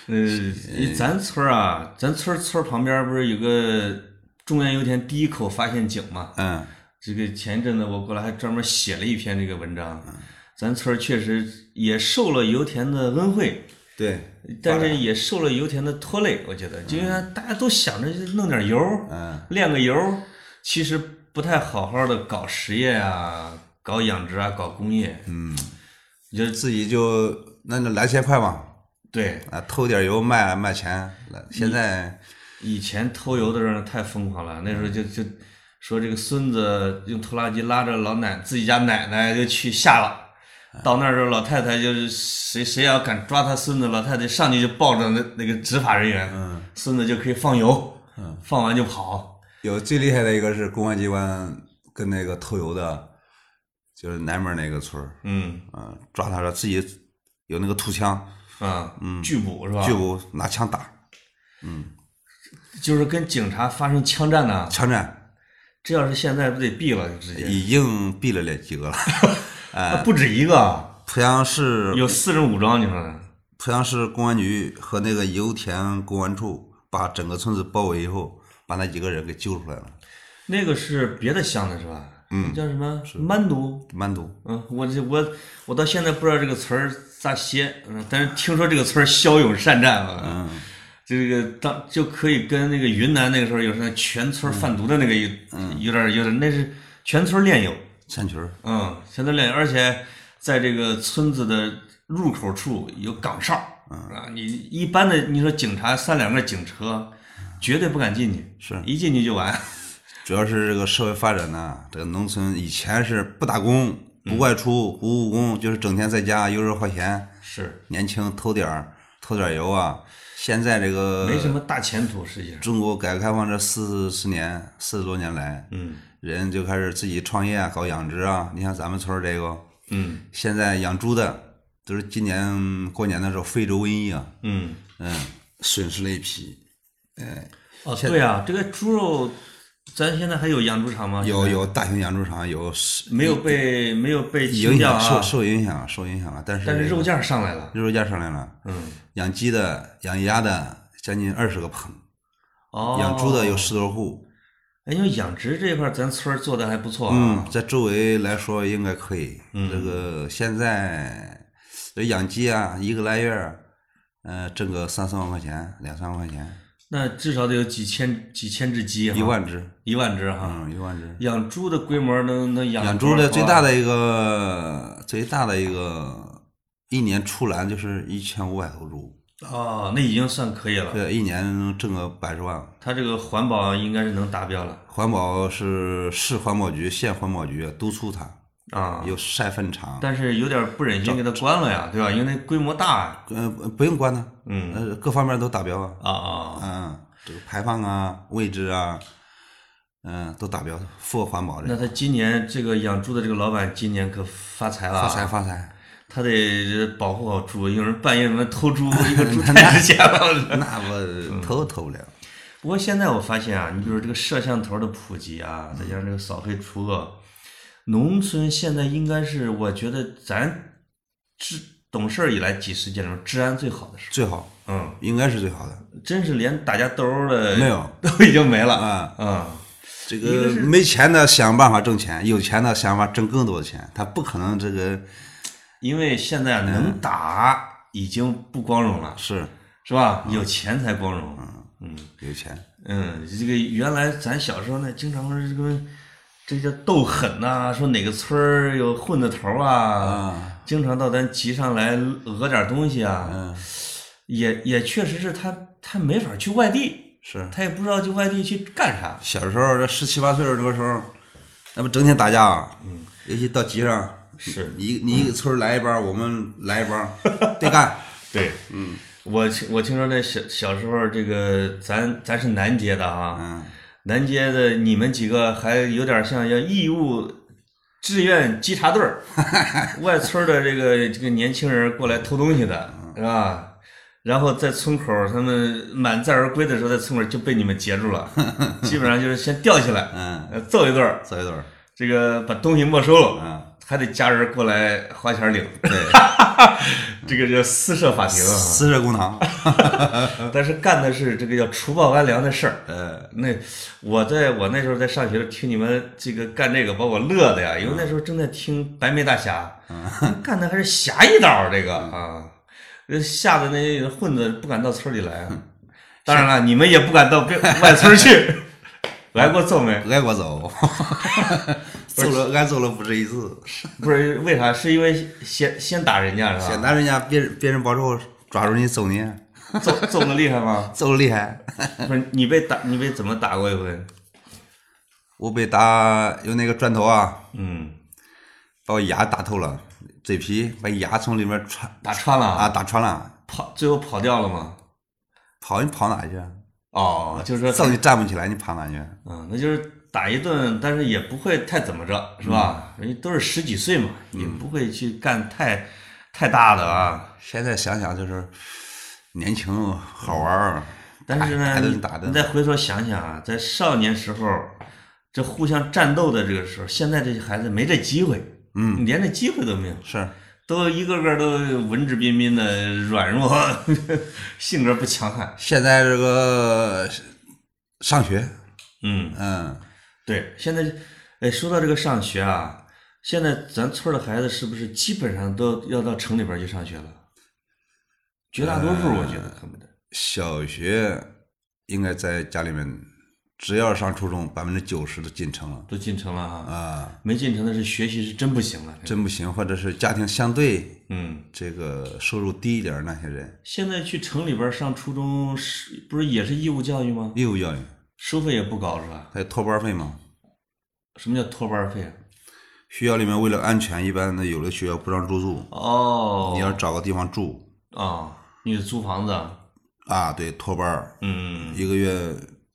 [SPEAKER 1] 呃，咱村儿啊，咱村儿村儿旁边儿不是有个中原油田第一口发现井吗？
[SPEAKER 2] 嗯，
[SPEAKER 1] 这个前一阵子我过来还专门写了一篇这个文章。
[SPEAKER 2] 嗯
[SPEAKER 1] 咱村儿确实也受了油田的恩惠，
[SPEAKER 2] 对，
[SPEAKER 1] 但是也受了油田的拖累。我觉得，就因为大家都想着就弄点油，
[SPEAKER 2] 嗯，
[SPEAKER 1] 炼个油，其实不太好好的搞实业啊，搞养殖啊，搞工业。嗯，你就
[SPEAKER 2] 自己就那就来钱快嘛，
[SPEAKER 1] 对
[SPEAKER 2] 啊，偷点油卖卖钱。来现在
[SPEAKER 1] 以前偷油的人太疯狂了，那时候就就说这个孙子用拖拉机拉着老奶自己家奶奶就去下了。到那儿之后，老太太就是谁谁要敢抓他孙子，老太太上去就抱着那那个执法人员，孙子就可以放油，放完就跑。
[SPEAKER 2] 有最厉害的一个是公安机关跟那个偷油的，就是南门那个村儿，
[SPEAKER 1] 嗯
[SPEAKER 2] 嗯，抓他了，自己有那个土枪，
[SPEAKER 1] 啊，拒捕是吧？
[SPEAKER 2] 拒捕拿枪打
[SPEAKER 1] 就是跟警察发生枪战呢、
[SPEAKER 2] 枪战，
[SPEAKER 1] 这要是现在不得毙了，就直接、
[SPEAKER 2] 已经毙了这几个了。 *laughs*
[SPEAKER 1] 啊不止一个，
[SPEAKER 2] 濮阳市
[SPEAKER 1] 有四人武装，你说呢？
[SPEAKER 2] 濮阳市公安局和那个油田公安处把整个村子包围以后，把那几个人给揪出来了，
[SPEAKER 1] 那个是别的乡的是吧？嗯，叫什么？曼都。
[SPEAKER 2] 蛮多。
[SPEAKER 1] 嗯，我这我我到现在不知道这个词儿咋写，嗯，但是听说这个词儿骁勇善战啊，嗯，这个当就可以跟那个云南那个时候有时候全村贩毒的那个有、有点有点那是全村练友，
[SPEAKER 2] 山群儿
[SPEAKER 1] 嗯，全村练友，而且在这个村子的入口处有岗哨，
[SPEAKER 2] 嗯
[SPEAKER 1] 啊，你一般的你说警察三两个警车绝对不敢进去，
[SPEAKER 2] 是
[SPEAKER 1] 一进去就完，
[SPEAKER 2] 主要是这个社会发展呐、这个农村以前是不打工、
[SPEAKER 1] 嗯
[SPEAKER 2] 不外出、不务工，就是整天在家游手好闲，
[SPEAKER 1] 是
[SPEAKER 2] 年轻偷点儿偷点儿油啊。现在这个
[SPEAKER 1] *laughs* 没什么大前途，实际上，
[SPEAKER 2] 中国改革开放这四十年、四十多年来，
[SPEAKER 1] 嗯
[SPEAKER 2] 人就开始自己创业啊，搞养殖啊。你像咱们村儿这个，
[SPEAKER 1] 嗯
[SPEAKER 2] 现在养猪的都是今年过年的时候非洲瘟疫啊，
[SPEAKER 1] 嗯。
[SPEAKER 2] 嗯，损失了一批。
[SPEAKER 1] 哦，对啊，这个猪肉，咱现在还有养猪场吗？
[SPEAKER 2] 有有大型养猪场有是
[SPEAKER 1] 啊没有被没有被清
[SPEAKER 2] 影
[SPEAKER 1] 掉
[SPEAKER 2] 响受
[SPEAKER 1] 啊？
[SPEAKER 2] 受影响受影响了，但是
[SPEAKER 1] 但是
[SPEAKER 2] 这个
[SPEAKER 1] 肉价上来了。
[SPEAKER 2] 肉价上来了，
[SPEAKER 1] 嗯，
[SPEAKER 2] 养鸡的、养鸭的将近二十个棚，
[SPEAKER 1] 哦，
[SPEAKER 2] 养猪的有十多户，
[SPEAKER 1] 哎，因为养殖这一块儿咱村儿做的还不错啊。
[SPEAKER 2] 嗯，在周围来说应该可以。
[SPEAKER 1] 嗯
[SPEAKER 2] 这个现在这养鸡啊，一个来月儿，呃，挣个三四万块钱，两三万块钱，
[SPEAKER 1] 那至少得有几千几千只鸡哈，
[SPEAKER 2] 一万只，
[SPEAKER 1] 一万只哈。
[SPEAKER 2] 嗯，一万只。
[SPEAKER 1] 养猪的规模能能啊养
[SPEAKER 2] 养
[SPEAKER 1] 多
[SPEAKER 2] 猪
[SPEAKER 1] 少
[SPEAKER 2] 的最大
[SPEAKER 1] 头啊
[SPEAKER 2] 的一个最大的一个一年出栏就是一千五百头猪，
[SPEAKER 1] 哦，那已经算可以了。
[SPEAKER 2] 对，一年能挣个百十万。
[SPEAKER 1] 它这个环保应该是能达标了
[SPEAKER 2] 环保是市环保局、县环保局督促它，
[SPEAKER 1] 啊，
[SPEAKER 2] 有晒粪场，
[SPEAKER 1] 但是有点不忍心给它关了呀，对吧？因为那规模大啊
[SPEAKER 2] 呃，不用关它，嗯，呃，各方面都达标啊，
[SPEAKER 1] 啊啊。
[SPEAKER 2] 嗯，这个排放啊、位置啊，嗯，都达标，符合环保
[SPEAKER 1] 那
[SPEAKER 2] 的，
[SPEAKER 1] 他今年这个养猪的这个老板今年可发财了啊，
[SPEAKER 2] 发财发财，
[SPEAKER 1] 他得保护好猪，有人半夜什么偷猪，一个
[SPEAKER 2] *laughs*
[SPEAKER 1] 猪太值钱了。
[SPEAKER 2] 那我投都投不了，
[SPEAKER 1] 不过现在我发现啊，你比如这个摄像头的普及啊，再加上这个扫黑除恶，农村现在应该是我觉得咱治懂事儿以来几十年里面治安最好的时候。
[SPEAKER 2] 最好
[SPEAKER 1] 嗯，
[SPEAKER 2] 应该是最好的，
[SPEAKER 1] 真是连打架斗殴的
[SPEAKER 2] 没有
[SPEAKER 1] 都已经没了
[SPEAKER 2] 啊。
[SPEAKER 1] 啊、
[SPEAKER 2] 这个没钱的想办法挣钱，有钱的想办法挣更多的钱，他不可能这个
[SPEAKER 1] 因为现在
[SPEAKER 2] 嗯
[SPEAKER 1] 能打已经不光荣了，
[SPEAKER 2] 是
[SPEAKER 1] 是吧？有钱才光荣。嗯。
[SPEAKER 2] 有钱，
[SPEAKER 1] 嗯，这个原来咱小时候呢，经常说这个这叫斗狠呐、说哪个村儿有混子头啊，
[SPEAKER 2] 啊，
[SPEAKER 1] 经常到咱集上来讹点东西啊，也也确实是他他没法去外地，
[SPEAKER 2] 是。
[SPEAKER 1] 他也不知道去外地去干啥。
[SPEAKER 2] 小时候这十七八岁那个时候，那不整天打架，嗯，尤其到集上，
[SPEAKER 1] 是
[SPEAKER 2] 你一你一个村儿来一帮，我们来一 *laughs* 帮，对干，
[SPEAKER 1] 对，嗯，我听我听说那小小时候，这个咱咱是南街的啊，
[SPEAKER 2] 嗯，
[SPEAKER 1] 南街的你们几个还有点像要义务志愿稽查队
[SPEAKER 2] *laughs*
[SPEAKER 1] 儿，外村儿的这个这个年轻人过来偷东西的，
[SPEAKER 2] 嗯
[SPEAKER 1] 是吧？然后在村口儿，他们满载而归的时候，在村口儿就被你们截住
[SPEAKER 2] *laughs*
[SPEAKER 1] 了，基本上就是先吊起来，
[SPEAKER 2] 嗯
[SPEAKER 1] 呃揍一顿儿，
[SPEAKER 2] 走一段，
[SPEAKER 1] 这个把东西没收了，
[SPEAKER 2] *laughs* 嗯，
[SPEAKER 1] 还得家人过来花钱领，
[SPEAKER 2] 对，
[SPEAKER 1] 这个叫私设法庭啊。
[SPEAKER 2] *laughs*
[SPEAKER 1] 呃
[SPEAKER 2] 私设公堂，
[SPEAKER 1] 但是干的是这个叫除暴安良的事儿。
[SPEAKER 2] 呃，
[SPEAKER 1] 那我在我那时候在上学的时候听你们这个干这个，把我乐的呀，因为那时候正在听白眉大侠， *laughs* 干的还是侠义道儿这个啊，呃吓得那些混子不敢到村里来啊。当然了，你们也不敢到别外村儿去， *laughs* 来过揍没？
[SPEAKER 2] 挨过走， *laughs* 揍了挨揍了不止一次，
[SPEAKER 1] 不是为啥？是因为先先打人家是
[SPEAKER 2] 想
[SPEAKER 1] 吧？
[SPEAKER 2] 拿人家别人别人包之后抓住你揍你，
[SPEAKER 1] 揍揍的厉害吗？
[SPEAKER 2] 揍的厉害，
[SPEAKER 1] 不是你被打，你被怎么打过一回？
[SPEAKER 2] 我被打用那个砖头啊
[SPEAKER 1] 嗯，
[SPEAKER 2] 把我牙打透了，嘴皮把牙从里面穿
[SPEAKER 1] 打穿了
[SPEAKER 2] 啊，打穿了，
[SPEAKER 1] 跑最后跑掉了吗？
[SPEAKER 2] 跑你跑哪去啊？
[SPEAKER 1] 哦，就是说
[SPEAKER 2] 揍你站不起来，你跑哪去？啊
[SPEAKER 1] 嗯，那就是打一顿，但是也不会太怎么着，是吧？人家都是十几岁嘛，也不会去干太太大的啊。
[SPEAKER 2] 现在想想就是嗯年轻好玩儿，
[SPEAKER 1] 但是呢，
[SPEAKER 2] 打打
[SPEAKER 1] 你
[SPEAKER 2] 顿打
[SPEAKER 1] 你
[SPEAKER 2] 顿
[SPEAKER 1] 再回头想想啊，在少年时候，这互相战斗的这个时候，现在这些孩子没这机会，嗯，连这机会都没有，
[SPEAKER 2] 是
[SPEAKER 1] 都一个个都文质彬彬的软弱， *laughs* 性格不强悍。
[SPEAKER 2] 现在这个上学，
[SPEAKER 1] 嗯，
[SPEAKER 2] 嗯，
[SPEAKER 1] 对，现在，哎，说到这个上学啊，现在咱村儿的孩子是不是基本上都要到城里边儿去上学了？绝大多数，我觉得恨不得。
[SPEAKER 2] 小学应该在家里面，只要上初中，百分之九十都进城了
[SPEAKER 1] 都进城了啊，
[SPEAKER 2] 啊，
[SPEAKER 1] 没进城的是学习是真不行了。
[SPEAKER 2] 真不行，或者是家庭相对
[SPEAKER 1] 嗯，
[SPEAKER 2] 这个收入低一点儿那些人，
[SPEAKER 1] 现在去城里边儿上初中是不是也是义务教育吗？
[SPEAKER 2] 义务教育，
[SPEAKER 1] 收费也不高是吧？
[SPEAKER 2] 还有托班费嘛。
[SPEAKER 1] 什么叫托班儿费啊？
[SPEAKER 2] 学校里面为了安全，一般的有的学校不让入住，
[SPEAKER 1] 哦，
[SPEAKER 2] 你要找个地方住
[SPEAKER 1] 啊，你得租房子啊。
[SPEAKER 2] 啊，对，托班儿，
[SPEAKER 1] 嗯，
[SPEAKER 2] 一个月，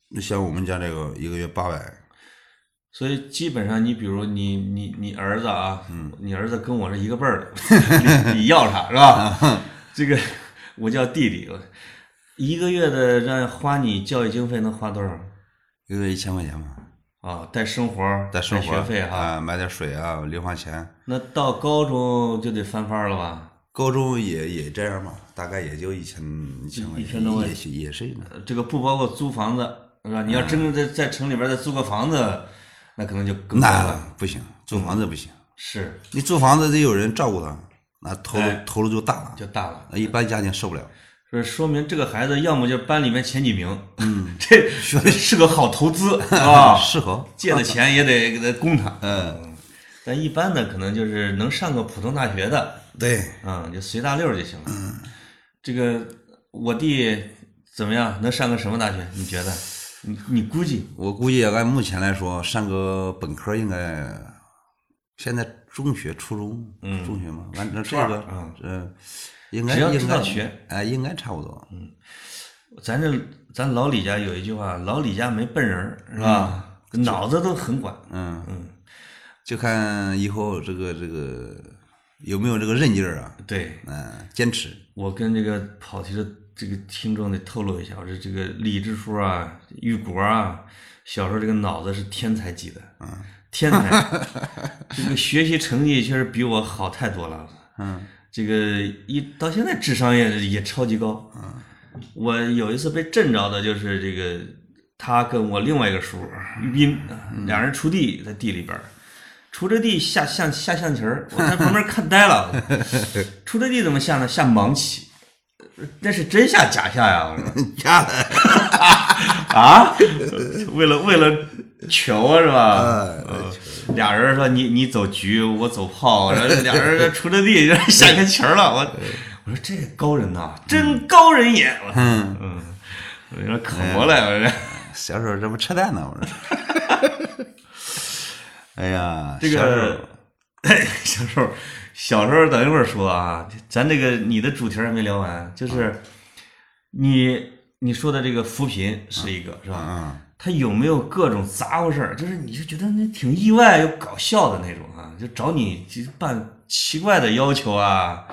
[SPEAKER 2] 那像我们家这个一个月八百，
[SPEAKER 1] 所以基本上，你比如你你你儿子啊，
[SPEAKER 2] 嗯
[SPEAKER 1] 你儿子跟我是一个辈儿的，你你要啥是
[SPEAKER 2] 嗯
[SPEAKER 1] 吧？ *laughs* 这个我叫弟弟，我一个月的让花你教育经费能花多少
[SPEAKER 2] 一个月一千块钱嘛，
[SPEAKER 1] 啊？带生活，
[SPEAKER 2] 带生活
[SPEAKER 1] 学费哈、
[SPEAKER 2] 啊，买点水啊，零花钱。
[SPEAKER 1] 那到高中就得翻番了吧？
[SPEAKER 2] 高中也也这样嘛，大概也就一千一千块
[SPEAKER 1] 一千多块
[SPEAKER 2] 钱，也是也是呢。
[SPEAKER 1] 呃这个不包括租房子是吧？你要真在在城里边再租个房子，那可能就更多
[SPEAKER 2] 哎那
[SPEAKER 1] 了。
[SPEAKER 2] 不行，租房子不行，
[SPEAKER 1] 嗯是，
[SPEAKER 2] 你租房子得有人照顾他，那投入
[SPEAKER 1] 哎
[SPEAKER 2] 投入就大了，
[SPEAKER 1] 就大了。
[SPEAKER 2] 一般家庭受不了。
[SPEAKER 1] 这说明这个孩子要么就是班里面前几名，嗯， *laughs* 这是个好投 *laughs* 资啊，
[SPEAKER 2] 适合，
[SPEAKER 1] 借的钱也得给他供他。
[SPEAKER 2] 嗯，
[SPEAKER 1] 但一般的可能就是能上个普通大学的，
[SPEAKER 2] 对，
[SPEAKER 1] 嗯，就随大溜儿就行了。这个我弟怎么样？能上个什么大学？你觉得？你你估计？
[SPEAKER 2] 我估计按目前来说，上个本科应该，现在中学、初中，中学嘛，完了这
[SPEAKER 1] 嗯二
[SPEAKER 2] 个，
[SPEAKER 1] 嗯
[SPEAKER 2] 嗯，应该
[SPEAKER 1] 只要知
[SPEAKER 2] 应该
[SPEAKER 1] 道学，嗯
[SPEAKER 2] 哎，应该差不多，
[SPEAKER 1] 咱这咱老李家有一句话，老李家没笨人儿是吧？脑子都很管。
[SPEAKER 2] 嗯就看以后这个这个有没有这个韧劲儿啊，
[SPEAKER 1] 对，
[SPEAKER 2] 嗯，坚持， *laughs*
[SPEAKER 1] 我跟这个跑题的这个听众得透露一下，我这这个李支书啊、玉国啊，小时候这个脑子是天才级的，嗯，天才，这个学习成绩确实比我好太多了，嗯，这个一到现在智商也也超级高，嗯，我有一次被震着的就是这个他跟我另外一个叔玉斌，啊两人锄地在地里边儿。锄着地下象下象棋儿，我在旁边看呆了。锄着地怎么下呢？下盲棋，呃那是真下假下呀！我
[SPEAKER 2] *laughs*
[SPEAKER 1] 说
[SPEAKER 2] 家的，
[SPEAKER 1] *laughs* 啊，为了为了球啊是吧？
[SPEAKER 2] 呃
[SPEAKER 1] 俩人说你你走局，我走炮，然后俩人锄着地，然后下个棋儿了。我我说这高人呐，真高人也。我说
[SPEAKER 2] 嗯，
[SPEAKER 1] 嗯，我说可不了，我说
[SPEAKER 2] 小手这不扯淡呢，我说。哎呀，
[SPEAKER 1] 这
[SPEAKER 2] 小手
[SPEAKER 1] 个 *laughs* 小时候，小时候等一会儿说啊，咱这个你的主题还没聊完，就是你你说的这个扶贫是一个是吧？
[SPEAKER 2] 嗯，
[SPEAKER 1] 他有没有各种杂货事儿？就是你就觉得那挺意外又搞笑的那种啊，就找你就办奇怪的要求啊。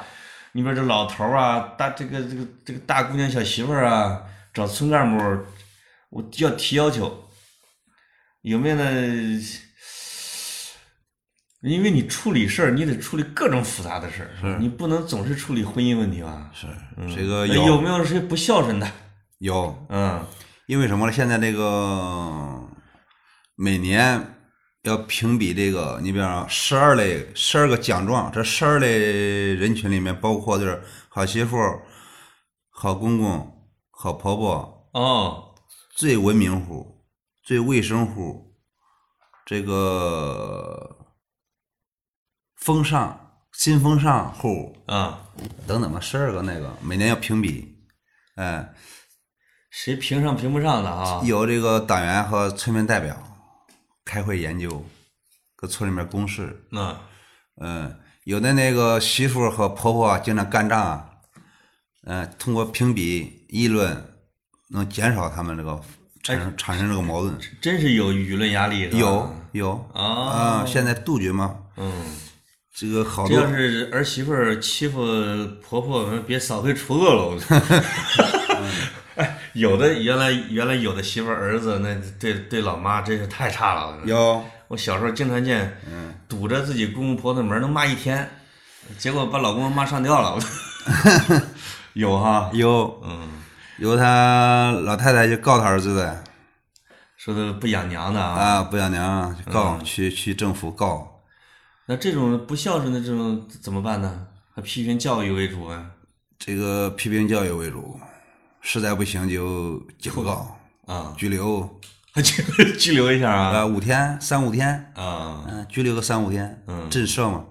[SPEAKER 1] 你比如这老头儿啊，大这个这个这个大姑娘小媳妇儿啊，找村干部，我要提要求，有没有呢？因为你处理事儿，你得处理各种复杂的事儿，是吧你不能总是处理婚姻问题吧？呃
[SPEAKER 2] 是这个
[SPEAKER 1] 哎有
[SPEAKER 2] 呃有
[SPEAKER 1] 没有谁不孝顺的？
[SPEAKER 2] 有，
[SPEAKER 1] 嗯，
[SPEAKER 2] 因为什么呢？现在这个每年要评比这个，你比方十二类十二个奖状，这十二类人群里面，包括就是好媳妇、好公公、好婆婆、
[SPEAKER 1] 哦，
[SPEAKER 2] 最文明户、最卫生户，这个风尚新风尚户
[SPEAKER 1] 啊，
[SPEAKER 2] 等等吧，十二个那个每年要评比，哎，
[SPEAKER 1] 谁评上评不上的啊？
[SPEAKER 2] 由这个党员和村民代表开会研究，搁村里面公示。
[SPEAKER 1] 那
[SPEAKER 2] 嗯，有的那个媳妇和婆婆啊经常干仗啊，嗯，通过评比议论，能减少他们这个产生产生这个矛盾。
[SPEAKER 1] 真是有舆论压力，是吧
[SPEAKER 2] 有有
[SPEAKER 1] 啊
[SPEAKER 2] 啊，，现在杜绝嘛，
[SPEAKER 1] 嗯，
[SPEAKER 2] 这个好
[SPEAKER 1] 这
[SPEAKER 2] 多
[SPEAKER 1] 要是儿媳妇儿欺负婆婆，别扫黑除恶了。我哎，有的原来原来有的媳妇儿儿子那对对老妈真是太差了。
[SPEAKER 2] 有
[SPEAKER 1] 我小时候经常见，堵着自己公公婆婆的门能骂一天，结果把老公骂上吊了。 *laughs* 我有哈，
[SPEAKER 2] 有
[SPEAKER 1] 嗯，
[SPEAKER 2] 有他老太太就告他儿子的
[SPEAKER 1] 说的不养娘的啊。嗯
[SPEAKER 2] 啊，不养娘啊就告去去政府告。
[SPEAKER 1] 那这种不孝顺的这种怎么办呢？还批评教育为主啊？
[SPEAKER 2] 这个批评教育为主，实在不行就警告、
[SPEAKER 1] 啊，
[SPEAKER 2] 拘留
[SPEAKER 1] 还拘 *laughs* 拘留一下啊
[SPEAKER 2] 啊，五天、三五天，
[SPEAKER 1] 啊！
[SPEAKER 2] 嗯，拘留个三五天，
[SPEAKER 1] 嗯
[SPEAKER 2] 震慑嘛，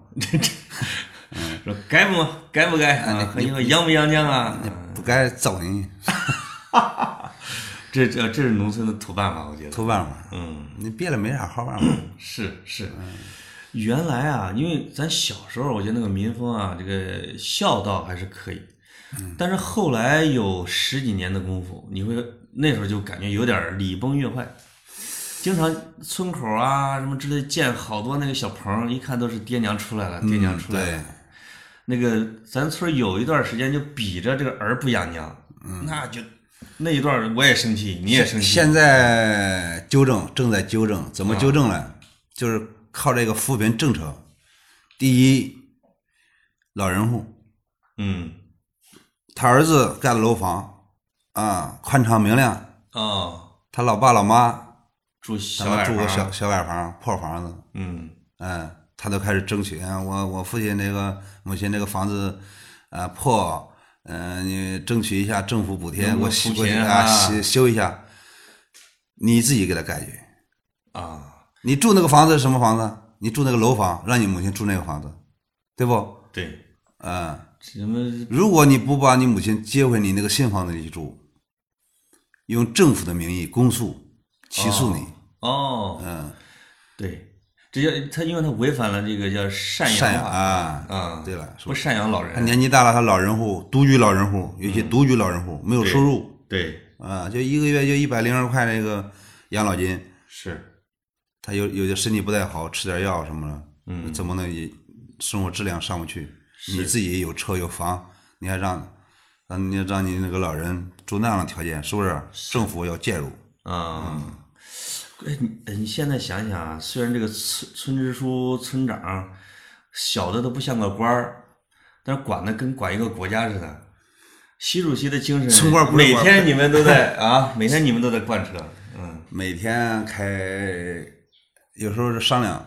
[SPEAKER 1] 说该不该不该啊？和你说洋不洋江啊？
[SPEAKER 2] 不该揍你，
[SPEAKER 1] 这这这是农村的土办法，我觉得。
[SPEAKER 2] 偷办法，
[SPEAKER 1] 嗯，
[SPEAKER 2] 你憋了没啥好办法，
[SPEAKER 1] 是是。
[SPEAKER 2] 嗯
[SPEAKER 1] 原来啊，因为咱小时候，我觉得那个民风啊，这个孝道还是可以，
[SPEAKER 2] 嗯
[SPEAKER 1] 但是后来有十几年的功夫，你会那时候就感觉有点礼崩乐坏，经常村口啊什么之类建好多那个小棚儿，一看都是爹娘出来了，爹娘出来了。
[SPEAKER 2] 嗯
[SPEAKER 1] 那
[SPEAKER 2] 对，
[SPEAKER 1] 个咱村儿有一段时间就比着这个儿不养娘，那就那一段儿我也生气，你也生气，
[SPEAKER 2] 嗯现在纠正正在纠正，怎么纠正呢？
[SPEAKER 1] 啊
[SPEAKER 2] 就是靠这个扶贫政策，第一，老人户，
[SPEAKER 1] 嗯，
[SPEAKER 2] 他儿子盖了楼房，啊，宽敞明亮，
[SPEAKER 1] 哦，
[SPEAKER 2] 他老爸老妈
[SPEAKER 1] 住小
[SPEAKER 2] 他们
[SPEAKER 1] 矮
[SPEAKER 2] 住个
[SPEAKER 1] 房
[SPEAKER 2] 小，小矮房破房子，
[SPEAKER 1] 嗯
[SPEAKER 2] 嗯，他都开始争取。啊，我我父亲那个母亲那个房子，呃破，嗯、你争取一下政府补贴，
[SPEAKER 1] 能不
[SPEAKER 2] 我
[SPEAKER 1] 能
[SPEAKER 2] 修
[SPEAKER 1] 扶
[SPEAKER 2] 我
[SPEAKER 1] 贫
[SPEAKER 2] 啊
[SPEAKER 1] 啊
[SPEAKER 2] 修修一下，你自己给他盖去。
[SPEAKER 1] 啊，
[SPEAKER 2] 你住那个房子是什么房子？你住那个楼房，让你母亲住那个房子，对不？
[SPEAKER 1] 对，
[SPEAKER 2] 嗯，
[SPEAKER 1] 什么
[SPEAKER 2] 如果你不把你母亲接回你那个新房子里去住，用政府的名义公诉起诉你，
[SPEAKER 1] 哦，
[SPEAKER 2] 嗯，
[SPEAKER 1] 对，这叫他因为他违反了这个叫赡
[SPEAKER 2] 赡
[SPEAKER 1] 养
[SPEAKER 2] 养
[SPEAKER 1] 法
[SPEAKER 2] 啊，
[SPEAKER 1] 啊，
[SPEAKER 2] 对了，
[SPEAKER 1] 不赡养老
[SPEAKER 2] 他
[SPEAKER 1] 人，
[SPEAKER 2] 年纪大了，他老人户、独居老人户，有些独居老人户没有收入
[SPEAKER 1] 对，
[SPEAKER 2] 啊，就一个月就一百零二块那个养老金，
[SPEAKER 1] 是，
[SPEAKER 2] 他有有的身体不太好，吃点药什么的，嗯，怎么能也生活质量上不去？你自己有车有房，你还让让你让你那个老人住那样的条件，是不是？政府要介入，
[SPEAKER 1] 啊。哎，你哎你现在想想啊，虽然这个村村支书、村长小的都不像个官儿，但是管的跟管一个国家似的。习主席的精神，
[SPEAKER 2] 村官不是
[SPEAKER 1] 每
[SPEAKER 2] 官
[SPEAKER 1] 天你们都
[SPEAKER 2] *laughs*
[SPEAKER 1] 在啊，每天你们都在贯彻，嗯，
[SPEAKER 2] 每天开，有时候是商量，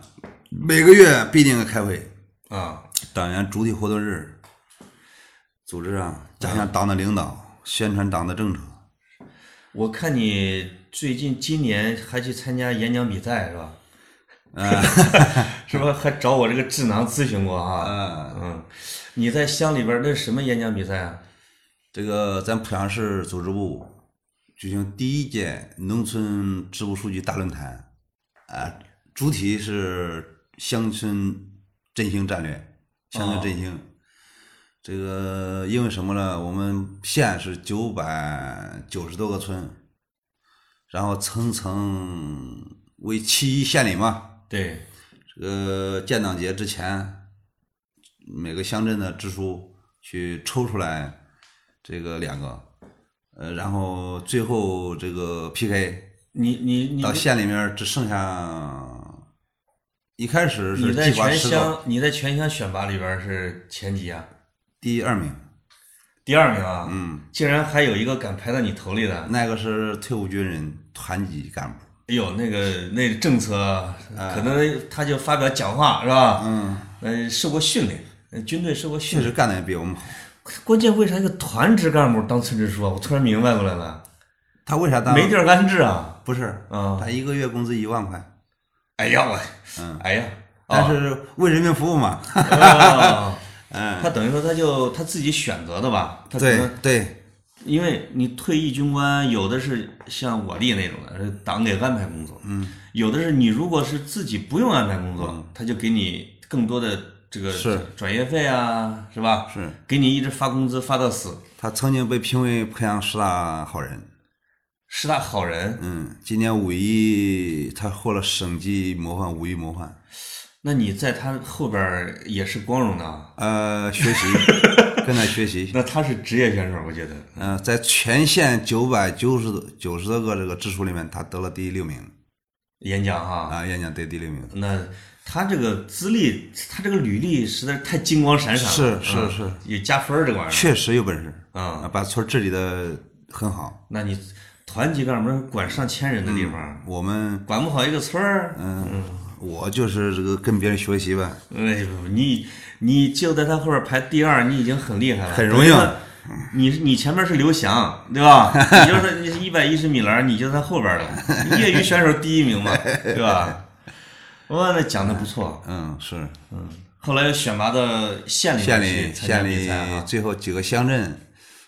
[SPEAKER 2] 每个月必定开会，
[SPEAKER 1] 啊，
[SPEAKER 2] 党员主体活动日，组织啊，加强党的领导，宣传党的政策。
[SPEAKER 1] 我看你最近今年还去参加演讲比赛是吧？
[SPEAKER 2] 呃
[SPEAKER 1] *laughs* 是吧？还找我这个智囊咨询过
[SPEAKER 2] 呃
[SPEAKER 1] 啊。嗯，你在乡里边儿那是什么演讲比赛啊？
[SPEAKER 2] 这个咱濮阳市组织部举行第一届农村支部书记大论坛，啊，主题是乡村振兴战略，乡村振兴。这个因为什么呢？我们县是九百九十多个村，然后层层为七一县里嘛，
[SPEAKER 1] 对，
[SPEAKER 2] 这个呃建党节之前，每个乡镇的支书去抽出来这个两个，呃，然后最后这个 PK
[SPEAKER 1] 你你你
[SPEAKER 2] 到县里面只剩下，一开始
[SPEAKER 1] 你
[SPEAKER 2] 是
[SPEAKER 1] 在
[SPEAKER 2] 计划
[SPEAKER 1] 全
[SPEAKER 2] 十个
[SPEAKER 1] 乡你在全乡选拔里边儿是前几啊？
[SPEAKER 2] 第二名，
[SPEAKER 1] 第二名啊？嗯，竟然还有一个敢排到你头里的。
[SPEAKER 2] 那个是退伍军人团级干部，
[SPEAKER 1] 哎呦，那个那政策啊，
[SPEAKER 2] 呃
[SPEAKER 1] 可能他就发表讲话是吧？嗯，呃，受过训练，呃军队受过训
[SPEAKER 2] 确
[SPEAKER 1] 练。
[SPEAKER 2] 实干的也比我们好。
[SPEAKER 1] 关键为啥一个团支干部当村支书啊？我突然明白过来了，
[SPEAKER 2] 他为啥当？
[SPEAKER 1] 没地儿安置啊！
[SPEAKER 2] 不是，
[SPEAKER 1] 啊
[SPEAKER 2] 他一个月工资一万块，
[SPEAKER 1] 哎呀我，哎呀，
[SPEAKER 2] 但是为人民服务嘛。
[SPEAKER 1] *laughs* 哦，他等于说他就他自己选择的吧？他可
[SPEAKER 2] 对
[SPEAKER 1] 能
[SPEAKER 2] 对，
[SPEAKER 1] 因为你退役军官，有的是像我弟那种的，是党给安排工作，嗯，有的是你如果是自己不用安排工作，他就给你更多的这个
[SPEAKER 2] 是
[SPEAKER 1] 转业费啊，是吧？
[SPEAKER 2] 是
[SPEAKER 1] 给你一直发工资发到死，
[SPEAKER 2] 他曾经被评为濮阳十大好人。
[SPEAKER 1] 十大好人。
[SPEAKER 2] 嗯，今年五一他获了省级模范五一模范。
[SPEAKER 1] 那你在他后边儿也是光荣的啊，
[SPEAKER 2] 呃，学习，跟他学习。
[SPEAKER 1] 那他是职业选手，我觉得。
[SPEAKER 2] 嗯、在全县九百九十多九十多个这个支书里面，他得了第六名
[SPEAKER 1] 演讲哈、
[SPEAKER 2] 啊，演讲得第六名。
[SPEAKER 1] 那他这个资历，他这个履历实在是太金光闪闪了，
[SPEAKER 2] 是是
[SPEAKER 1] 嗯
[SPEAKER 2] 是，
[SPEAKER 1] 也加分儿这玩意儿。
[SPEAKER 2] 确实有本事
[SPEAKER 1] 啊，
[SPEAKER 2] 把村治理的很好。
[SPEAKER 1] 那你团级干部管上千人的地方，
[SPEAKER 2] 我们，
[SPEAKER 1] 管不好一个村儿，
[SPEAKER 2] 嗯，我就是这个跟别人学习呗，
[SPEAKER 1] 哎呦，你你就在他后边排第二，你已经很厉害了，
[SPEAKER 2] 很荣嗯幸
[SPEAKER 1] 等于说你你前面是刘翔，对
[SPEAKER 2] *laughs*
[SPEAKER 1] 吧？你就是你是一百一十米栏，你就在后边
[SPEAKER 2] *laughs*
[SPEAKER 1] 了，业余选手第一名嘛，对吧？哇，那讲的不错。
[SPEAKER 2] 嗯，是
[SPEAKER 1] 后来又选拔到县里
[SPEAKER 2] 县
[SPEAKER 1] 边
[SPEAKER 2] 里
[SPEAKER 1] 去参加
[SPEAKER 2] 县
[SPEAKER 1] 比
[SPEAKER 2] 里
[SPEAKER 1] 赛啊，
[SPEAKER 2] 最后几个乡镇，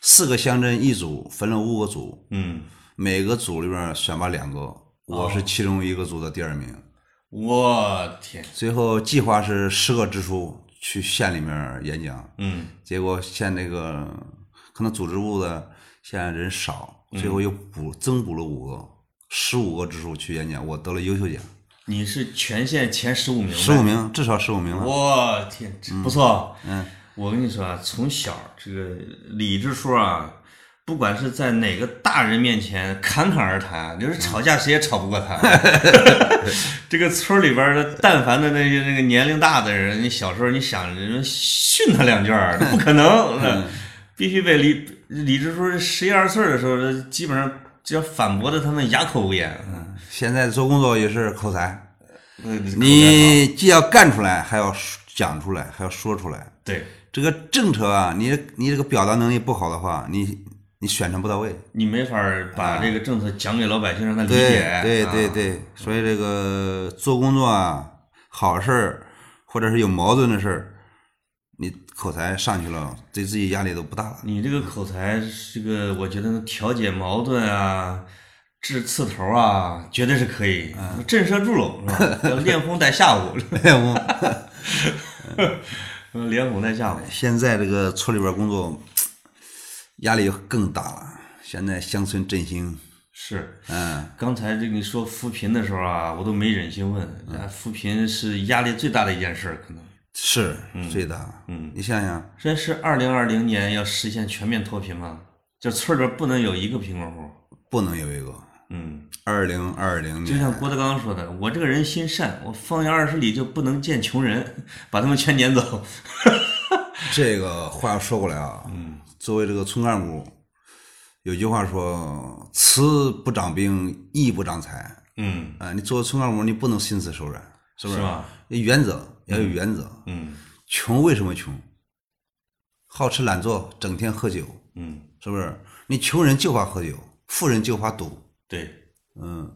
[SPEAKER 2] 四个乡镇一组，分了五个组，
[SPEAKER 1] 嗯，哦
[SPEAKER 2] 每个组里边选拔两个，我是其中一个组的第二名。
[SPEAKER 1] 我天，
[SPEAKER 2] 最后计划是十个支书去县里面演讲，
[SPEAKER 1] 嗯，
[SPEAKER 2] 结果县那个可能组织部的现在人少，
[SPEAKER 1] 嗯
[SPEAKER 2] 最后又补增补了五个，十五个支书去演讲，我得了优秀奖，
[SPEAKER 1] 你是全县前十五名呗，
[SPEAKER 2] 十五名至少十五名了。
[SPEAKER 1] 我天，这不错。啊嗯，我跟你说啊，从小这个李支书啊，不管是在哪个大人面前侃侃而谈，就是吵架谁也吵不过 *laughs* 他。这个村里边的，但凡的那些那个年龄大的人，你小时候你想人训他两句儿，不可能，那必须被李李支书十一二岁的时候，基本上就要反驳的他们哑口无言。嗯，
[SPEAKER 2] 现在做工作也是口才，
[SPEAKER 1] 那口才啊好
[SPEAKER 2] 你既要干出来，还要讲出来，还要说出来。
[SPEAKER 1] 对。
[SPEAKER 2] 这个政策啊，你你这个表达能力不好的话，你你宣传不到位。
[SPEAKER 1] 你没法儿把这个政策讲给老百姓，让他理
[SPEAKER 2] 啊对
[SPEAKER 1] 解。
[SPEAKER 2] 对
[SPEAKER 1] 啊
[SPEAKER 2] 对对，所以这个做工作啊，好事儿或者是有矛盾的事儿，你口才上去了，对自己压力都不大
[SPEAKER 1] *laughs*
[SPEAKER 2] 了。
[SPEAKER 1] 你这个口才，这个我觉得能调解矛盾啊，治刺头啊，绝对是可以。
[SPEAKER 2] 啊
[SPEAKER 1] 震慑住了，是
[SPEAKER 2] *laughs*
[SPEAKER 1] 吧？要连哄带吓唬，
[SPEAKER 2] 我
[SPEAKER 1] *laughs* 连哄带吓唬。
[SPEAKER 2] 现在这个村里边工作压力更大了，现在乡村振兴，
[SPEAKER 1] 是，
[SPEAKER 2] 嗯，
[SPEAKER 1] 刚才这个你说扶贫的时候啊，我都没忍心问，
[SPEAKER 2] 嗯
[SPEAKER 1] 啊扶贫是压力最大的一件事儿，可能。
[SPEAKER 2] 是最大。嗯，你想想，
[SPEAKER 1] 这是二零二零年要实现全面脱贫吗？就村里边不能有一个贫困户。
[SPEAKER 2] 不能有一个
[SPEAKER 1] 嗯，
[SPEAKER 2] 二零二零
[SPEAKER 1] 就
[SPEAKER 2] 年，
[SPEAKER 1] 像郭德纲说的，我这个人心善，我方圆二十里就不能见穷人，把他们全撵走。 *laughs*
[SPEAKER 2] 这个话说过来啊，作为这个村干部，有句话说：“慈不长兵，义不长财。”
[SPEAKER 1] 嗯，
[SPEAKER 2] 啊，你作为村干部，你不能心慈手软，是不
[SPEAKER 1] 是吧？
[SPEAKER 2] 原则要有原则。
[SPEAKER 1] 嗯
[SPEAKER 2] 穷为什么穷？好吃懒做，整天喝酒，
[SPEAKER 1] 嗯，
[SPEAKER 2] 是不是？你穷人就怕喝酒，富人就怕赌。
[SPEAKER 1] 对，
[SPEAKER 2] 嗯，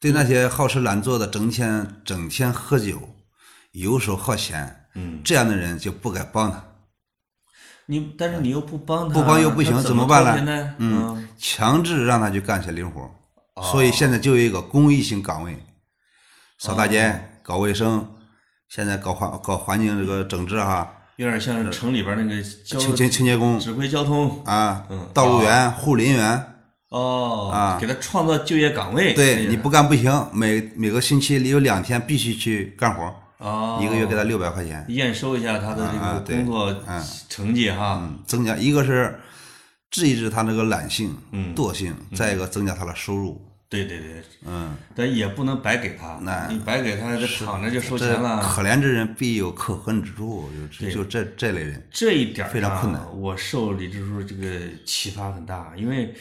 [SPEAKER 2] 对那些好吃懒做的、整天整天喝酒、游手好闲，
[SPEAKER 1] 嗯，
[SPEAKER 2] 这样的人就不该帮他。
[SPEAKER 1] 你但是你又不帮他，
[SPEAKER 2] 不帮又不行
[SPEAKER 1] 他
[SPEAKER 2] 怎
[SPEAKER 1] 么
[SPEAKER 2] 么办
[SPEAKER 1] 脱
[SPEAKER 2] 呢
[SPEAKER 1] 贫呢？
[SPEAKER 2] 嗯
[SPEAKER 1] 嗯，
[SPEAKER 2] 强制让他去干些零活儿，
[SPEAKER 1] 哦
[SPEAKER 2] 所以现在就有一个公益性岗位，扫大
[SPEAKER 1] 哦
[SPEAKER 2] 街、搞卫生，现在搞环搞环境这个整治哈，
[SPEAKER 1] 有点像是城里边那个交
[SPEAKER 2] 清清清洁工
[SPEAKER 1] 指挥交通
[SPEAKER 2] 啊
[SPEAKER 1] 嗯，
[SPEAKER 2] 道路员、护林员，
[SPEAKER 1] 哦，
[SPEAKER 2] 啊
[SPEAKER 1] 给他创造就业岗位，
[SPEAKER 2] 对，
[SPEAKER 1] 那
[SPEAKER 2] 你
[SPEAKER 1] 个
[SPEAKER 2] 不干不行，每每个星期里有两天必须去干活儿，
[SPEAKER 1] 哦，
[SPEAKER 2] 一个月给他六百块钱，
[SPEAKER 1] 验收一下他的这
[SPEAKER 2] 啊
[SPEAKER 1] 个
[SPEAKER 2] 对
[SPEAKER 1] 工作成绩哈，
[SPEAKER 2] 嗯，增加一个是治一治他那个懒性、
[SPEAKER 1] 嗯
[SPEAKER 2] 惰性，再一个增加他的收入，
[SPEAKER 1] 对对对，
[SPEAKER 2] 嗯，
[SPEAKER 1] 但也不能白给他，
[SPEAKER 2] 那
[SPEAKER 1] 你白给他，这躺着就收
[SPEAKER 2] 这
[SPEAKER 1] 钱了。
[SPEAKER 2] 可怜之人必有可恨之处，就就这这类人，
[SPEAKER 1] 这一点儿
[SPEAKER 2] 非常
[SPEAKER 1] 上
[SPEAKER 2] 困难
[SPEAKER 1] 我受李支书这个启发很大，因为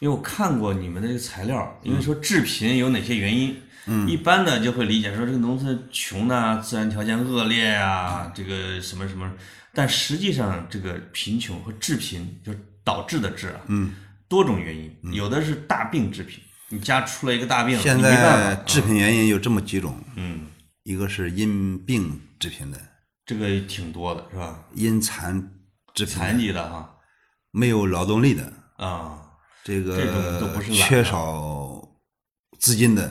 [SPEAKER 1] 因为我看过你们的这个材料，
[SPEAKER 2] 嗯
[SPEAKER 1] 因为说致贫有哪些原因，嗯，一般的就会理解说这个农村穷呐、自然条件恶劣啊，这个什么什么，但实际上这个贫穷和致贫就是导致的致啊，嗯，多种原因，有的是大病致贫，你家出了一个大病，
[SPEAKER 2] 嗯现
[SPEAKER 1] 你没办
[SPEAKER 2] 在
[SPEAKER 1] 法
[SPEAKER 2] 致贫原因有这么几种，
[SPEAKER 1] 嗯，
[SPEAKER 2] 一个是因病致贫的，
[SPEAKER 1] 这个挺多的是吧？
[SPEAKER 2] 因残致贫
[SPEAKER 1] 残
[SPEAKER 2] 的，
[SPEAKER 1] 疾的哈
[SPEAKER 2] 没有劳动力的，
[SPEAKER 1] 啊。
[SPEAKER 2] 这
[SPEAKER 1] 这种都
[SPEAKER 2] 个
[SPEAKER 1] 不是懒的
[SPEAKER 2] 缺少资金的，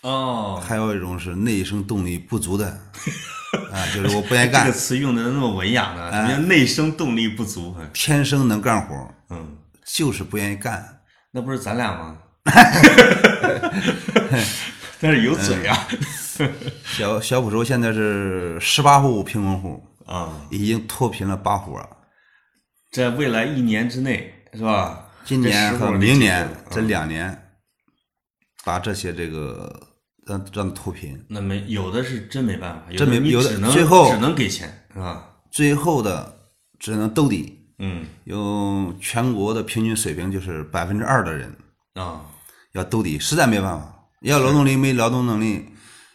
[SPEAKER 1] 哦，
[SPEAKER 2] 还有一种是内生动力不
[SPEAKER 1] *laughs*
[SPEAKER 2] 足的，啊，就是我不愿意
[SPEAKER 1] 这个
[SPEAKER 2] 干，哎
[SPEAKER 1] 词用的那么文雅呢，什么叫内生动力不足？
[SPEAKER 2] 天生能干活，
[SPEAKER 1] 嗯，
[SPEAKER 2] 就是不愿意干。
[SPEAKER 1] 那不是咱俩
[SPEAKER 2] *laughs*
[SPEAKER 1] 吗？但是有嘴啊，
[SPEAKER 2] 小小浦州现在是十八户贫困户，
[SPEAKER 1] 啊，
[SPEAKER 2] 已经脱贫了八户了。
[SPEAKER 1] 在未来一年之内是吧？
[SPEAKER 2] 今年嗯
[SPEAKER 1] 这时候
[SPEAKER 2] 和
[SPEAKER 1] 得
[SPEAKER 2] 明年
[SPEAKER 1] 记住
[SPEAKER 2] 这两年，把这些这个让让他脱贫，
[SPEAKER 1] 那没有的是真没办法，
[SPEAKER 2] 真没
[SPEAKER 1] 的你
[SPEAKER 2] 有的
[SPEAKER 1] 只能
[SPEAKER 2] 最后
[SPEAKER 1] 只能给钱是吧？
[SPEAKER 2] 最后的只能兜底。
[SPEAKER 1] 嗯
[SPEAKER 2] 有全国的平均水平就是百分之二的人
[SPEAKER 1] 啊，
[SPEAKER 2] 要兜底，实在没办法，要劳动力没劳动能力，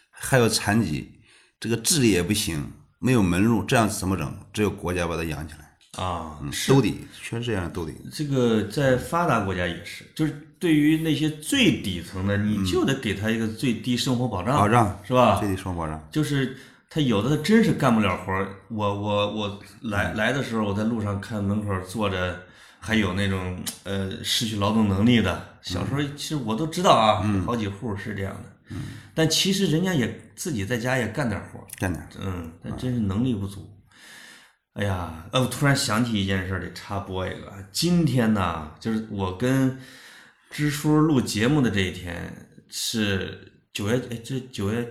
[SPEAKER 2] 还有残疾，这个智力也不行，没有门路，这样怎么整？只有国家把它养起来，
[SPEAKER 1] 啊，
[SPEAKER 2] 兜底，全是这样兜底。
[SPEAKER 1] 这个在发达国家也是，就是对于那些最底层的，你就得给他一个最低生活保障，
[SPEAKER 2] 嗯保障
[SPEAKER 1] 是吧？
[SPEAKER 2] 这得双保障，
[SPEAKER 1] 就是他有的他真是干不了活儿。我我我来来的时候，我在路上看门口坐着还有那种呃失去劳动能力的，小时候其实我都知道啊，好几户是这样的。但其实人家也自己在家也干点活儿，
[SPEAKER 2] 干点儿。
[SPEAKER 1] 嗯，但真是能力不足。哎呀，呃，我突然想起一件事儿，得插播一个。啊今天呢，就是我跟支书录节目的这一天是九月，哎，这九月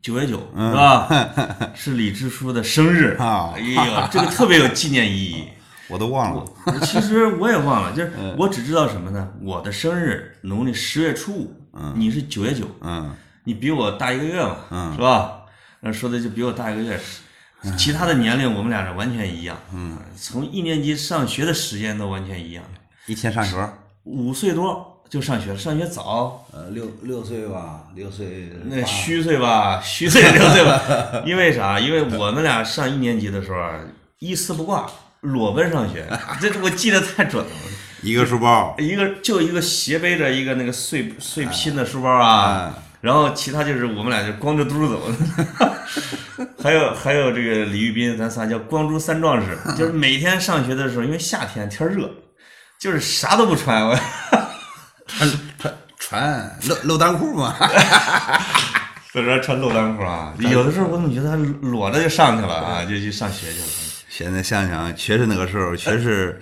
[SPEAKER 1] 九月九是吧？ *laughs* 是李支书的生日
[SPEAKER 2] 啊
[SPEAKER 1] 哎呦，这个特别有纪念意义。
[SPEAKER 2] 我都忘了，
[SPEAKER 1] 其实我也忘了，就是我只知道什么呢？我的生日农历十月初五，你是九月九，
[SPEAKER 2] 嗯，
[SPEAKER 1] 你比我大一个月嘛，是吧？那说的就比我大一个月，其他的年龄我们俩是完全一样，嗯，从一年级上学的时间都完全一样，
[SPEAKER 2] 一天上学，
[SPEAKER 1] 五岁多就上学了，上学早，
[SPEAKER 2] 呃，六六岁吧，六岁
[SPEAKER 1] 那虚岁吧，虚岁六岁吧，因为啥？因为我们俩上一年级的时候啊，一丝不挂，裸奔上学，这这我记得太准了。
[SPEAKER 2] 一个书包，
[SPEAKER 1] 一个就一个斜背着一个那个碎碎拼的书包啊，然后其他就是我们俩就光着嘟噜走， *laughs* 还有还有这个李玉斌，咱仨叫光珠三壮士，就是每天上学的时候，因为夏天天热，就是啥都不穿，我 *laughs*
[SPEAKER 2] 穿穿穿露露裆裤嘛， *laughs*
[SPEAKER 1] 所以说穿露裆裤啊，有的时候我怎么觉得还裸着就上去了啊，就去上学去了，
[SPEAKER 2] 现在想想，确实那个时候确实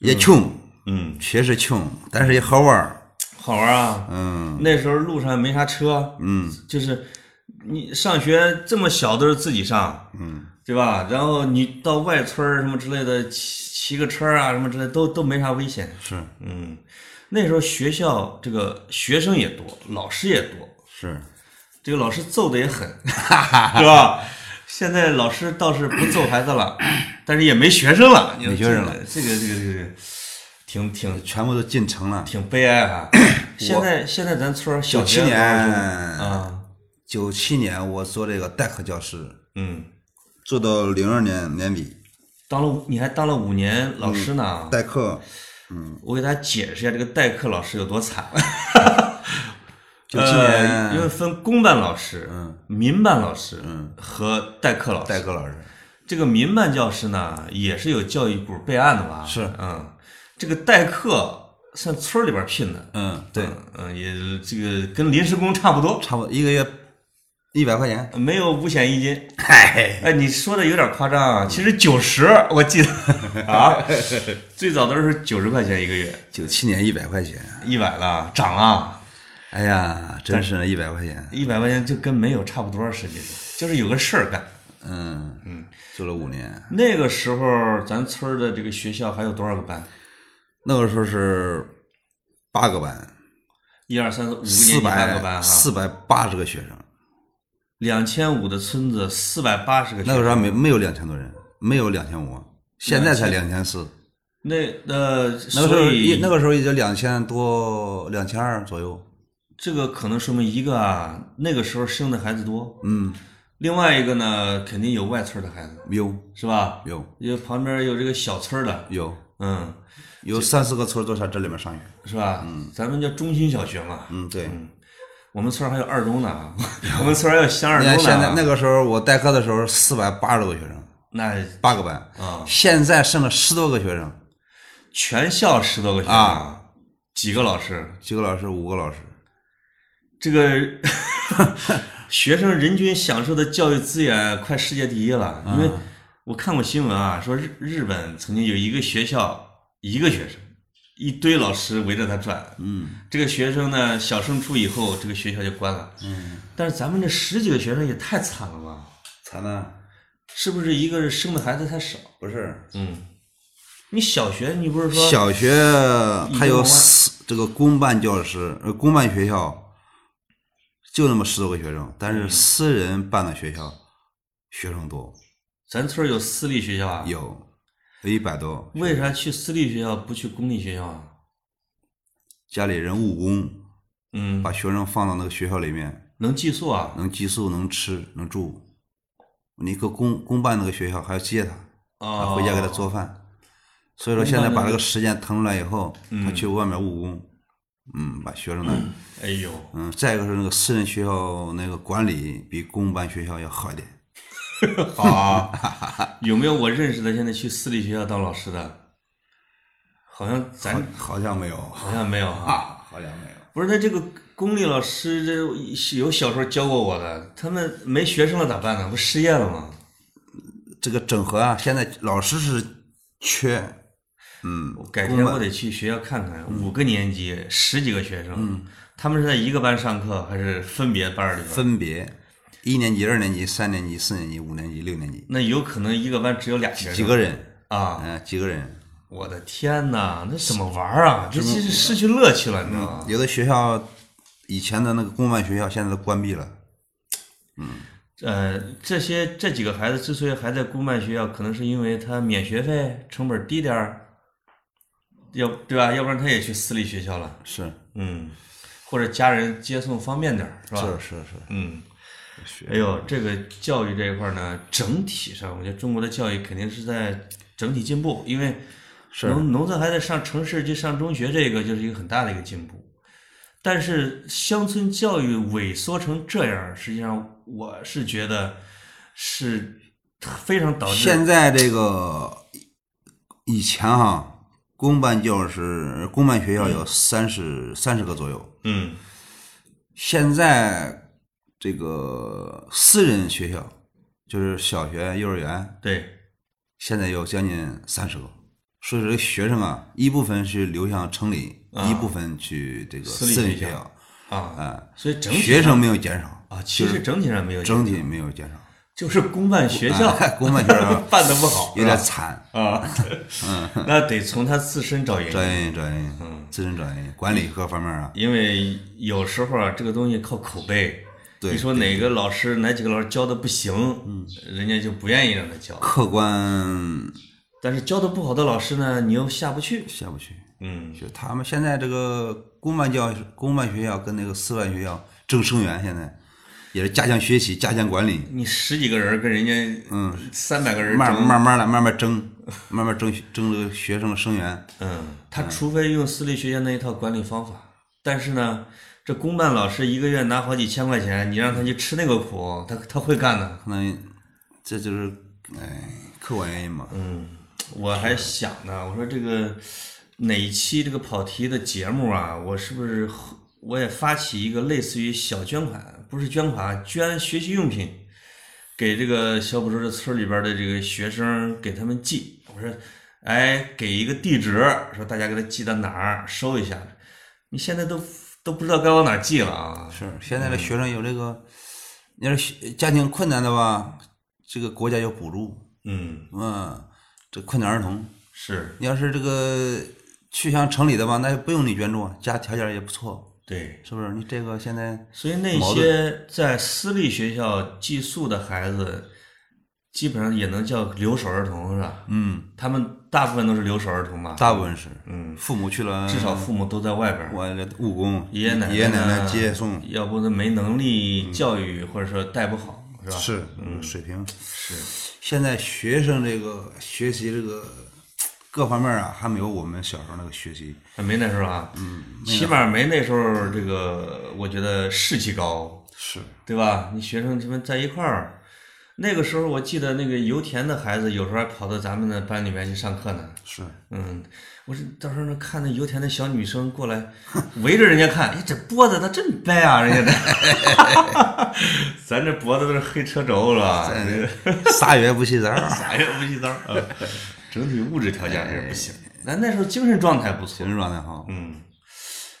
[SPEAKER 2] 也穷，
[SPEAKER 1] 嗯，
[SPEAKER 2] 确实穷，但是也好玩儿。
[SPEAKER 1] 好玩啊，
[SPEAKER 2] 嗯，
[SPEAKER 1] 那时候路上没啥车，嗯，就是你上学这么小都是自己上，嗯，对吧？然后你到外村儿什么之类的，骑骑个车啊什么之类的都都没啥危险。
[SPEAKER 2] 是
[SPEAKER 1] 嗯，那时候学校这个学生也多，老师也多，
[SPEAKER 2] 是，
[SPEAKER 1] 这个老师揍的也
[SPEAKER 2] *laughs*
[SPEAKER 1] 狠，是吧？现在老师倒是不揍孩子了， *clears throat* 但是也没学生了，你说
[SPEAKER 2] 没学生了
[SPEAKER 1] 这个，这个这个这个这个，挺挺
[SPEAKER 2] 全部都进城了。
[SPEAKER 1] 挺悲哀
[SPEAKER 2] *clears throat*
[SPEAKER 1] 啊！现在现在咱村儿小学
[SPEAKER 2] 97年嗯
[SPEAKER 1] 啊，
[SPEAKER 2] 九七年我做这个代课教师，
[SPEAKER 1] 嗯，
[SPEAKER 2] 做到零二年年底，
[SPEAKER 1] 当了五你还当了五年老师呢。
[SPEAKER 2] 代课嗯
[SPEAKER 1] 我给大家解释一下这个代课老师有多惨。
[SPEAKER 2] 就今年、
[SPEAKER 1] 呃，因为分公办老师、
[SPEAKER 2] 嗯
[SPEAKER 1] 民办老师
[SPEAKER 2] 嗯
[SPEAKER 1] 和代课老师。
[SPEAKER 2] 代课老师
[SPEAKER 1] 这个民办教师呢，也是有教育部备案的吧？
[SPEAKER 2] 是，
[SPEAKER 1] 嗯，这个代课算村儿里边儿聘的，
[SPEAKER 2] 嗯对，
[SPEAKER 1] 嗯，嗯，也这个跟临时工差不多，
[SPEAKER 2] 差不多一个月一百块钱，
[SPEAKER 1] 没有五险一金。
[SPEAKER 2] 嗨，
[SPEAKER 1] 哎，你说的有点夸张啊，其
[SPEAKER 2] 嗯
[SPEAKER 1] 实九十我
[SPEAKER 2] *laughs*
[SPEAKER 1] 记得啊，最早的时候九十块钱一个月，
[SPEAKER 2] 九七年一百块钱，
[SPEAKER 1] 一百了，涨了，
[SPEAKER 2] 哎呀，真是一百块钱，
[SPEAKER 1] 一百块钱就跟没有差不多，实际上就是有个事儿干。
[SPEAKER 2] 嗯嗯，做了五年，
[SPEAKER 1] 那个时候咱村儿的这个学校还有多少个班？
[SPEAKER 2] 那个时候是八个班，
[SPEAKER 1] 一二三四五个年级
[SPEAKER 2] 四
[SPEAKER 1] 八个班
[SPEAKER 2] 百
[SPEAKER 1] 哈，
[SPEAKER 2] 四百八十个学生，
[SPEAKER 1] 两千五的村子四百八十个学
[SPEAKER 2] 那
[SPEAKER 1] 生。
[SPEAKER 2] 个时候没没有两千多人，没有两千五，现在才两千四。
[SPEAKER 1] 那呃，
[SPEAKER 2] 那个时
[SPEAKER 1] 所
[SPEAKER 2] 候
[SPEAKER 1] 以
[SPEAKER 2] 一那个时候也就两千多，两千二左右。
[SPEAKER 1] 这个可能说明一个啊，那个时候生的孩子多，
[SPEAKER 2] 嗯，
[SPEAKER 1] 另外一个呢，肯定有外村儿的孩子，
[SPEAKER 2] 有
[SPEAKER 1] 是吧？
[SPEAKER 2] 有
[SPEAKER 1] 有旁边有这个小村儿的，
[SPEAKER 2] 有
[SPEAKER 1] 嗯，
[SPEAKER 2] 有三四个村儿都在这里面上学。
[SPEAKER 1] 是吧？咱们叫中心小学嘛，
[SPEAKER 2] 嗯，对。
[SPEAKER 1] 我们村儿还有二中呢啊， *laughs* 我们村儿还有乡二
[SPEAKER 2] 你
[SPEAKER 1] 中呢
[SPEAKER 2] 看
[SPEAKER 1] 啊。
[SPEAKER 2] 现在那个时候我代课的时候，四百八十多个学生，
[SPEAKER 1] 那
[SPEAKER 2] 八个班。
[SPEAKER 1] 啊
[SPEAKER 2] 现在剩了十多个学生，
[SPEAKER 1] 全校十多个学生，
[SPEAKER 2] 啊
[SPEAKER 1] 几个老师，
[SPEAKER 2] 几个老师，五个老师。
[SPEAKER 1] 这
[SPEAKER 2] *laughs*
[SPEAKER 1] 个学生人均享受的教育资源快世界第一了。因为
[SPEAKER 2] 啊
[SPEAKER 1] 我看过新闻啊，说日日本曾经有一个学校一个学生，一堆老师围着他转。
[SPEAKER 2] 嗯
[SPEAKER 1] 这个学生呢，小升初以后，这个学校就关了。
[SPEAKER 2] 嗯，
[SPEAKER 1] 但是咱们这十几个学生也太惨了吧？
[SPEAKER 2] 惨呢？
[SPEAKER 1] 是不是一个生的孩子太少？
[SPEAKER 2] 不是，
[SPEAKER 1] 嗯，你小学你不是说
[SPEAKER 2] 小学还
[SPEAKER 1] 一个
[SPEAKER 2] 有
[SPEAKER 1] 班
[SPEAKER 2] 四这个公办教师，呃，公办学校就那么十多个学生，但
[SPEAKER 1] 嗯
[SPEAKER 2] 是私人办的学校学生多，
[SPEAKER 1] 咱村儿有私立学校啊？
[SPEAKER 2] 有一百多。
[SPEAKER 1] 为啥去私立学校不去公立学校啊？
[SPEAKER 2] 家里人务工，
[SPEAKER 1] 嗯，
[SPEAKER 2] 把学生放到那个学校里面，
[SPEAKER 1] 能寄宿啊？
[SPEAKER 2] 能寄宿，能吃，能住。你搁公公办那个学校还要接他，还
[SPEAKER 1] 哦，
[SPEAKER 2] 回家给他做饭。所以说
[SPEAKER 1] 公
[SPEAKER 2] 现在
[SPEAKER 1] 办
[SPEAKER 2] 把
[SPEAKER 1] 那
[SPEAKER 2] 这
[SPEAKER 1] 个
[SPEAKER 2] 个时间腾出来以后，他去外面务工，嗯，把学生
[SPEAKER 1] *clears throat*
[SPEAKER 2] 呢，
[SPEAKER 1] 哎呦，
[SPEAKER 2] 嗯，再一个是那个私人学校那个管理比公办学校要好一点，
[SPEAKER 1] 好啊！ *laughs* 有没有我认识的现在去私立学校当老师的？好像咱
[SPEAKER 2] 好像没有，
[SPEAKER 1] 好像没有啊。
[SPEAKER 2] 啊，好像没有。
[SPEAKER 1] 不是，他这个公立老师，这有小时候教过我的，他们没学生了咋办呢？不失业了吗？
[SPEAKER 2] 这个整合啊，现在老师是缺，嗯，
[SPEAKER 1] 我改天我得去学校看看，五个年级十几个学生，他们是在一个班上课还是分别班儿里边？
[SPEAKER 2] 嗯分别一年级、二年级、三年级、四年级、五年级、六年级
[SPEAKER 1] 那有可能一个班只有俩学生
[SPEAKER 2] 几个人，
[SPEAKER 1] 啊！
[SPEAKER 2] 嗯、几个人。
[SPEAKER 1] 我的天哪，那怎么玩儿啊？这其实失去乐趣了，你知道吗？
[SPEAKER 2] 有的学校以前的那个公办学校现在都关闭了，
[SPEAKER 1] 呃，这些这几个孩子之所以还在公办学校，可能是因为他免学费，成本低点儿，要对吧？要不然他也去私立学校了，
[SPEAKER 2] 是
[SPEAKER 1] 嗯，或者家人接送方便点儿，是吧？
[SPEAKER 2] 是是是，
[SPEAKER 1] 嗯，哎呦，这个教育这一块儿呢，整体上我觉得中国的教育肯定是在整体进步，因为农农村孩子上城市去上中学，这个就是一个很大的一个进步。但是乡村教育萎缩成这样儿，实际上我是觉得是非常导致
[SPEAKER 2] 现在这个以前哈，公办教师、公办学校有三十三十个左右，
[SPEAKER 1] 嗯
[SPEAKER 2] 现在这个私人学校就是小学、幼儿园，
[SPEAKER 1] 对
[SPEAKER 2] 现在有将近三十个。所以说，学生啊，一部分是流向城里，
[SPEAKER 1] 啊
[SPEAKER 2] 一部分去这个
[SPEAKER 1] 私立
[SPEAKER 2] 私人
[SPEAKER 1] 学
[SPEAKER 2] 学
[SPEAKER 1] 校啊，
[SPEAKER 2] 校，啊、
[SPEAKER 1] 所以整体
[SPEAKER 2] 学生没有减少，
[SPEAKER 1] 啊，其实整体上没有
[SPEAKER 2] 整体没有减少。 *laughs*
[SPEAKER 1] 就是公办学校
[SPEAKER 2] 公办学校
[SPEAKER 1] *laughs* 办的不好，
[SPEAKER 2] 有点嗯
[SPEAKER 1] 是吧
[SPEAKER 2] 惨，
[SPEAKER 1] 啊，*laughs*
[SPEAKER 2] *laughs*
[SPEAKER 1] 那得从他自身找原因
[SPEAKER 2] 找。原因，找原
[SPEAKER 1] 嗯
[SPEAKER 2] 因，自身找原因，管理各方面啊，
[SPEAKER 1] 因为有时候啊，这个东西靠口碑。
[SPEAKER 2] 对嗯
[SPEAKER 1] 你说哪个老师哪几个老师教的不行，人家就不愿意让他教。
[SPEAKER 2] 客观
[SPEAKER 1] 但是教的不好的老师呢，你又下不去。
[SPEAKER 2] 下不去。
[SPEAKER 1] 嗯，
[SPEAKER 2] 就他们现在这个公办教公办学校跟那个私办学校争生源，现在也是加强学习，加强管理，
[SPEAKER 1] 你十几个人跟人家嗯三百个人
[SPEAKER 2] 慢
[SPEAKER 1] 争
[SPEAKER 2] 慢慢的慢慢争， *laughs* 慢慢争争这个学生生源。
[SPEAKER 1] 嗯，他除非用私立学校那一套管理方法，但是呢，这公办老师一个月拿好几千块钱，你让他去吃那个苦，他他会干的。
[SPEAKER 2] 可能这就是哎客观原因吧。
[SPEAKER 1] 嗯，我还想呢，我说这个哪一期这个跑题的节目啊，我是不是我也发起一个类似于小捐款，不是捐款，捐学习用品。给这个小浦洲这村里边的这个学生给他们寄，我说，哎，给一个地址，说大家给他寄到哪儿收一下。你现在都都不知道该往哪儿寄了啊！
[SPEAKER 2] 是现在的学生有这个，你要是学家庭困难的吧，这个国家有补助，
[SPEAKER 1] 嗯，
[SPEAKER 2] 嗯，这困难儿童。
[SPEAKER 1] 是
[SPEAKER 2] 你要是这个去向城里的吧，那也不用你捐助，家条件也不错，
[SPEAKER 1] 对，
[SPEAKER 2] 是不是？你这个现在
[SPEAKER 1] 所以那
[SPEAKER 2] 矛
[SPEAKER 1] 些在私立学校寄宿的孩子，基本上也能叫留守儿童，是吧？
[SPEAKER 2] 嗯，
[SPEAKER 1] 他们大部分都是留守儿童吧？
[SPEAKER 2] 大部分是
[SPEAKER 1] 嗯，
[SPEAKER 2] 父母去了，
[SPEAKER 1] 至少父母都在外边儿。
[SPEAKER 2] 我这务工
[SPEAKER 1] 爷爷奶啊奶
[SPEAKER 2] 爷爷奶
[SPEAKER 1] 呢
[SPEAKER 2] 奶接送，
[SPEAKER 1] 要不他没能力教育，或者说带不好，是吧？
[SPEAKER 2] 是嗯水平。
[SPEAKER 1] 是，
[SPEAKER 2] 现在学生这个学习这个各方面啊，还没有我们小时候那个学习。
[SPEAKER 1] 还没那时候啊，起码没那时候这个，我觉得士气高，
[SPEAKER 2] 是，
[SPEAKER 1] 对吧？你学生他们在一块儿，那个时候我记得那个油田的孩子有时候还跑到咱们的班里面去上课呢。
[SPEAKER 2] 是，
[SPEAKER 1] 嗯，我是到时候看那油田的小女生过来， *laughs* 围着人家看，哎，这脖子她真白啊， *laughs* 人家这， *laughs* 咱这脖子都是黑车轴是吧？
[SPEAKER 2] *laughs* 仨月不洗澡。
[SPEAKER 1] *laughs* 啥也不洗澡啊，整体物质条件还是不行。咱那时候哎精神状态不错
[SPEAKER 2] 形，式状态好，
[SPEAKER 1] 嗯，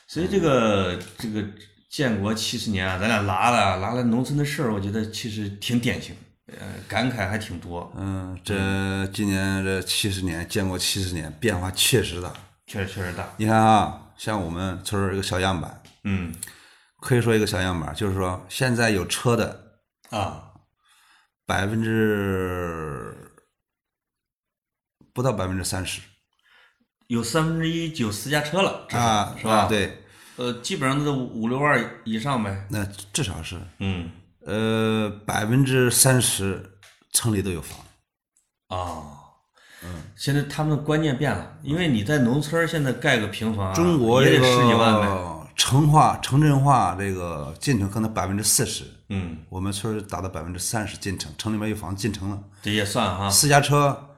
[SPEAKER 1] 所以这个这个建国七十年啊，咱俩拉了拉了农村的事儿，我觉得其实挺典型，呃，感慨还挺多，
[SPEAKER 2] 嗯，这今年这七十年，建国七十年，变化确实大。
[SPEAKER 1] 确实确实大，
[SPEAKER 2] 你看啊，像我们村儿一个小样板，
[SPEAKER 1] 嗯
[SPEAKER 2] 可以说一个小样板，就是说现在有车的
[SPEAKER 1] 啊，
[SPEAKER 2] 百分之不到百分之三十
[SPEAKER 1] 有三分之一有私家车了，至少
[SPEAKER 2] 啊，
[SPEAKER 1] 是吧？，
[SPEAKER 2] 对，
[SPEAKER 1] 呃，基本上都是五六万以上呗，
[SPEAKER 2] 那至少是
[SPEAKER 1] 嗯
[SPEAKER 2] 呃百分之三十城里都有房，
[SPEAKER 1] 啊。嗯，现在他们的观念变了，因为你在农村儿现在盖个平房啊、
[SPEAKER 2] 中国
[SPEAKER 1] 也
[SPEAKER 2] 这
[SPEAKER 1] 得十几万呗。
[SPEAKER 2] 个城化城镇化这个进程可能百分之四十，
[SPEAKER 1] 嗯，
[SPEAKER 2] 我们村儿达到百分之三十进城，城里面有房进城了。
[SPEAKER 1] 这也算哈。
[SPEAKER 2] 私家车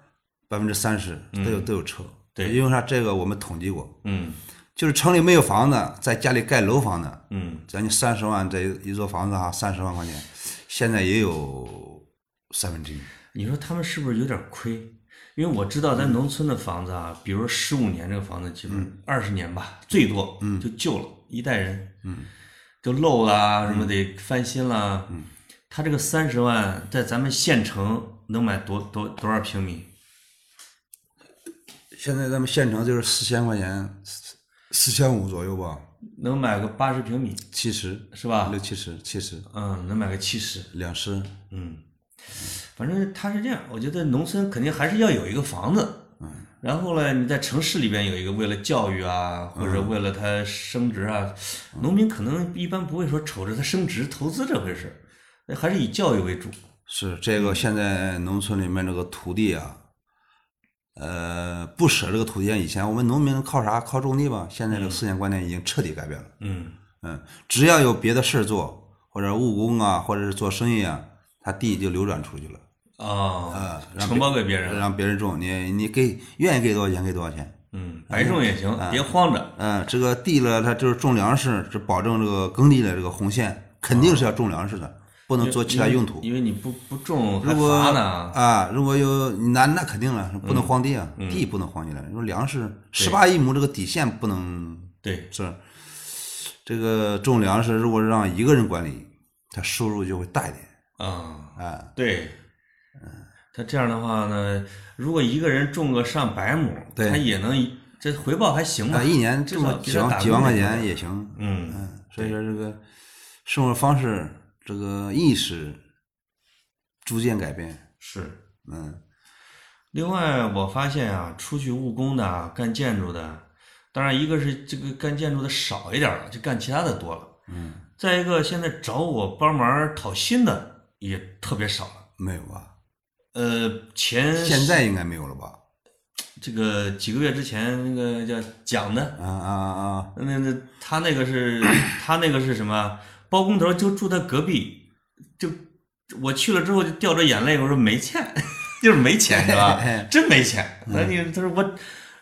[SPEAKER 2] 百分之三十都有、都有车，
[SPEAKER 1] 嗯对
[SPEAKER 2] 因为啥？这个我们统计过，
[SPEAKER 1] 嗯
[SPEAKER 2] 就是城里没有房的，在家里盖楼房的，
[SPEAKER 1] 嗯，
[SPEAKER 2] 咱就三十万这一座房子哈，三十万块钱，现在也有三分之一。
[SPEAKER 1] 你说他们是不是有点亏？因为我知道咱农村的房子啊，比如十五年这个房子，基本二十年吧，最多就旧了，一代人，嗯，都漏啦，什么得翻新啦。嗯，他这个三十万在咱们县城能买多多多少平米？
[SPEAKER 2] 现在咱们县城就是四千块钱，四四千五左右吧，
[SPEAKER 1] 能买个八十平米
[SPEAKER 2] 七十
[SPEAKER 1] 是吧
[SPEAKER 2] 六？七十，七十，
[SPEAKER 1] 嗯，能买个七十。
[SPEAKER 2] 两室。
[SPEAKER 1] 嗯，反正他是这样，我觉得农村肯定还是要有一个房子。嗯，然后呢，你在城市里边有一个为了教育啊，或
[SPEAKER 2] 嗯
[SPEAKER 1] 者为了他升值啊，农民可能一般不会说瞅着他升值投资这回事儿，那还是以教育为主。
[SPEAKER 2] 是这个，现在农村里面这个土地啊，呃，不舍这个土地啊。以前我们农民靠啥？靠种地吧。现在这个思想观念已经彻底改变了。
[SPEAKER 1] 嗯，
[SPEAKER 2] 嗯，只要有别的事儿做，或者务工啊，或者是做生意啊，他地就流转出去了，
[SPEAKER 1] 啊
[SPEAKER 2] 啊，让
[SPEAKER 1] 承包给别人，
[SPEAKER 2] 让别人种。你你给愿意给多少钱给多少钱。
[SPEAKER 1] 嗯，白种也行，
[SPEAKER 2] 啊
[SPEAKER 1] 别慌着。
[SPEAKER 2] 嗯，这个地了，它就是种粮食，这保证这个耕地的这个红线，肯定是要种粮食的，不能做其他用途。
[SPEAKER 1] 因为你不不种还
[SPEAKER 2] 如果
[SPEAKER 1] 罚呢。嗯
[SPEAKER 2] 啊，如果有那那肯定了，不能荒地啊，地不能荒起来。说粮食十八亿亩这个底线不能
[SPEAKER 1] 对，
[SPEAKER 2] 是，这个种粮食如果让一个人管理，他收入就会大一点
[SPEAKER 1] 啊，
[SPEAKER 2] 啊。
[SPEAKER 1] 对，嗯他这样的话呢，如果一个人种个上百亩，
[SPEAKER 2] 对哎
[SPEAKER 1] 他也能这回报还行吧？
[SPEAKER 2] 那呃一年
[SPEAKER 1] 至
[SPEAKER 2] 这
[SPEAKER 1] 少
[SPEAKER 2] 么
[SPEAKER 1] 比
[SPEAKER 2] 几
[SPEAKER 1] 他打
[SPEAKER 2] 万
[SPEAKER 1] 工
[SPEAKER 2] 几万块
[SPEAKER 1] 那
[SPEAKER 2] 钱
[SPEAKER 1] 种
[SPEAKER 2] 也行，
[SPEAKER 1] 嗯，
[SPEAKER 2] 所以说这个生活方式这个意识逐渐改变，
[SPEAKER 1] 是。
[SPEAKER 2] 嗯，
[SPEAKER 1] 另外，我发现啊，出去务工的啊、干建筑的，当然一个是这个干建筑的少一点了，就干其他的多了。嗯。再一个，现在找我帮忙讨薪的也特别少了。
[SPEAKER 2] 没有吧？
[SPEAKER 1] 呃，前
[SPEAKER 2] 现在应该没有了吧？
[SPEAKER 1] 这个几个月之前那个叫讲的，
[SPEAKER 2] 啊啊啊！
[SPEAKER 1] 那那他那个是他那个是什么？包工头就住他隔壁，就我去了之后就掉着眼泪，我说没钱， *laughs* 就是没钱是吧？真没钱。
[SPEAKER 2] 嗯
[SPEAKER 1] 那你他说我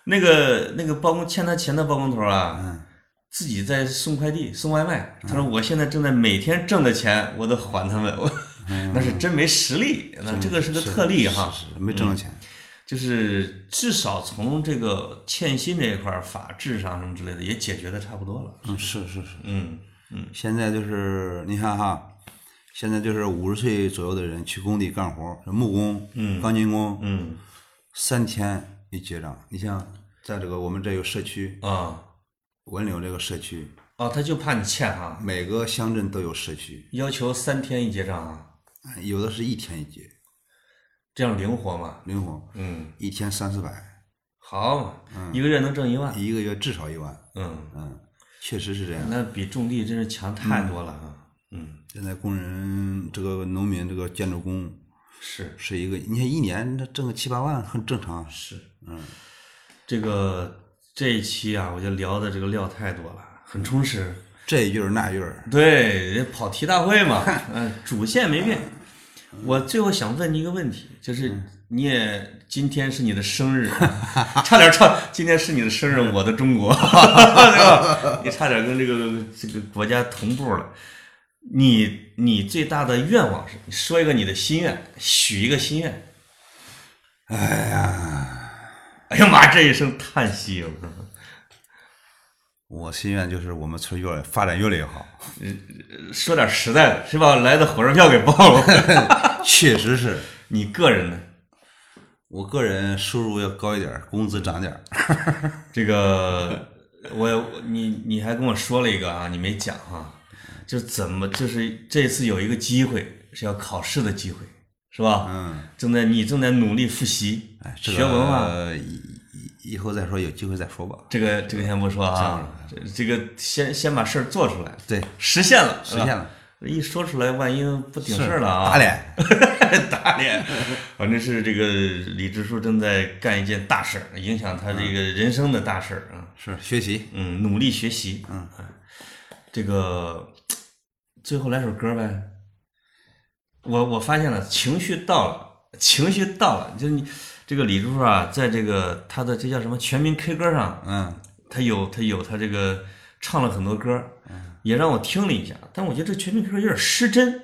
[SPEAKER 1] 那个那个包工欠他钱的包工头啊，
[SPEAKER 2] 嗯
[SPEAKER 1] 自己在送快递送外卖。他说我现在正在每天挣的钱我都还他们，我 *laughs* 那是真没实力，那这个是个特例哈。
[SPEAKER 2] 嗯是是没挣着钱。
[SPEAKER 1] 就是至少从这个欠薪这一块儿，法制上什么之类的也解决的差不多了。
[SPEAKER 2] 嗯，是是是。
[SPEAKER 1] 嗯，
[SPEAKER 2] 现在就是你看哈，现在就是五十岁左右的人去工地干活，木工、钢筋工，
[SPEAKER 1] 嗯，
[SPEAKER 2] 三天一结账。你像在这个我们这个社区，
[SPEAKER 1] 啊，
[SPEAKER 2] 文柳这个社区，
[SPEAKER 1] 哦，他就怕你欠哈，
[SPEAKER 2] 每个乡镇都有社区，嗯
[SPEAKER 1] 要求三天一结账啊，
[SPEAKER 2] 有的是一天一结，
[SPEAKER 1] 这样灵活吗？
[SPEAKER 2] 灵活，
[SPEAKER 1] 嗯，
[SPEAKER 2] 一天三四百，
[SPEAKER 1] 好嘛，一个月能挣一万，
[SPEAKER 2] 一个月至少一万，
[SPEAKER 1] 嗯，
[SPEAKER 2] 嗯，确实是这样。
[SPEAKER 1] 那比种地真是强太多了啊。嗯，
[SPEAKER 2] 现在工人这个农民这个建筑工
[SPEAKER 1] 是
[SPEAKER 2] 是一个，你看一年他挣个七八万很正常，
[SPEAKER 1] 是，
[SPEAKER 2] 嗯，
[SPEAKER 1] 这个这一期啊，我就聊的这个料太多了，很充实。
[SPEAKER 2] 这一句儿那一句儿，
[SPEAKER 1] 对，人跑题大会嘛，嗯、主线没变。我最后想问你一个问题，就是你也今天是你的生日，啊差点唱，今天是你的生日，我的中国， *laughs* 对吧？你差点跟这个这个国家同步了。你你最大的愿望是？你说一个你的心愿，许一个心愿。哎呀，哎呀妈！这一声叹息，我跟你说
[SPEAKER 2] 我心愿就是我们村越来发展越来越好， *laughs*
[SPEAKER 1] 说点实在的，是吧？来的火车票给报了。 *laughs*
[SPEAKER 2] 确实是
[SPEAKER 1] 你个人呢？
[SPEAKER 2] 我个人收入要高一点儿，工资涨点儿。
[SPEAKER 1] 这个我你你还跟我说了一个啊，你没讲哈、就怎么就是这次有一个机会是要考试的机会，是吧？
[SPEAKER 2] 嗯，
[SPEAKER 1] 正在你正在努力复习，
[SPEAKER 2] 哎，这个
[SPEAKER 1] 学文化。
[SPEAKER 2] 以以以后再说，有机会再说吧。
[SPEAKER 1] 这个这个先不说啊，这这个先先把事儿做出来，
[SPEAKER 2] 对，
[SPEAKER 1] 实现了，
[SPEAKER 2] 实现
[SPEAKER 1] 是吧
[SPEAKER 2] 了。
[SPEAKER 1] 一说出来，万一不顶事儿了啊！
[SPEAKER 2] 打脸，
[SPEAKER 1] *laughs* 打脸，反正是这个李支书正在干一件大事儿，影响他这个人生的大事儿啊。
[SPEAKER 2] 是学习。
[SPEAKER 1] 嗯，努力学习。
[SPEAKER 2] 嗯
[SPEAKER 1] 哎，这个最后来首歌呗。我我发现了，情绪到了，情绪到了，就是你这个李叔啊，在这个他的这叫什么全民 K 歌上，
[SPEAKER 2] 嗯，
[SPEAKER 1] 他有他有他这个唱了很多歌，也让我听了一下，但我觉得这全民 K 歌有点失真，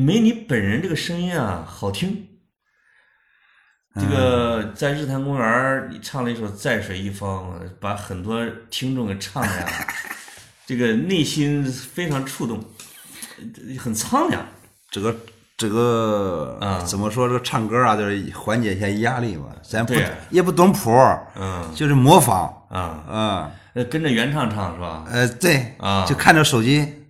[SPEAKER 1] 没你本人这个声音啊好听。这个在日坛公园儿，你唱了一首《在水一方》，把很多听众给唱的呀，这个内心非常触动，呃很苍凉。
[SPEAKER 2] 这个这个、
[SPEAKER 1] 嗯
[SPEAKER 2] 怎么说？这个唱歌啊，就是缓解一下压力嘛。咱不
[SPEAKER 1] 对
[SPEAKER 2] 也不懂谱，
[SPEAKER 1] 嗯
[SPEAKER 2] 就是模仿。
[SPEAKER 1] 啊，
[SPEAKER 2] 嗯，
[SPEAKER 1] 呃跟着原唱唱是吧？
[SPEAKER 2] 呃，对，
[SPEAKER 1] 啊
[SPEAKER 2] 就看着手机，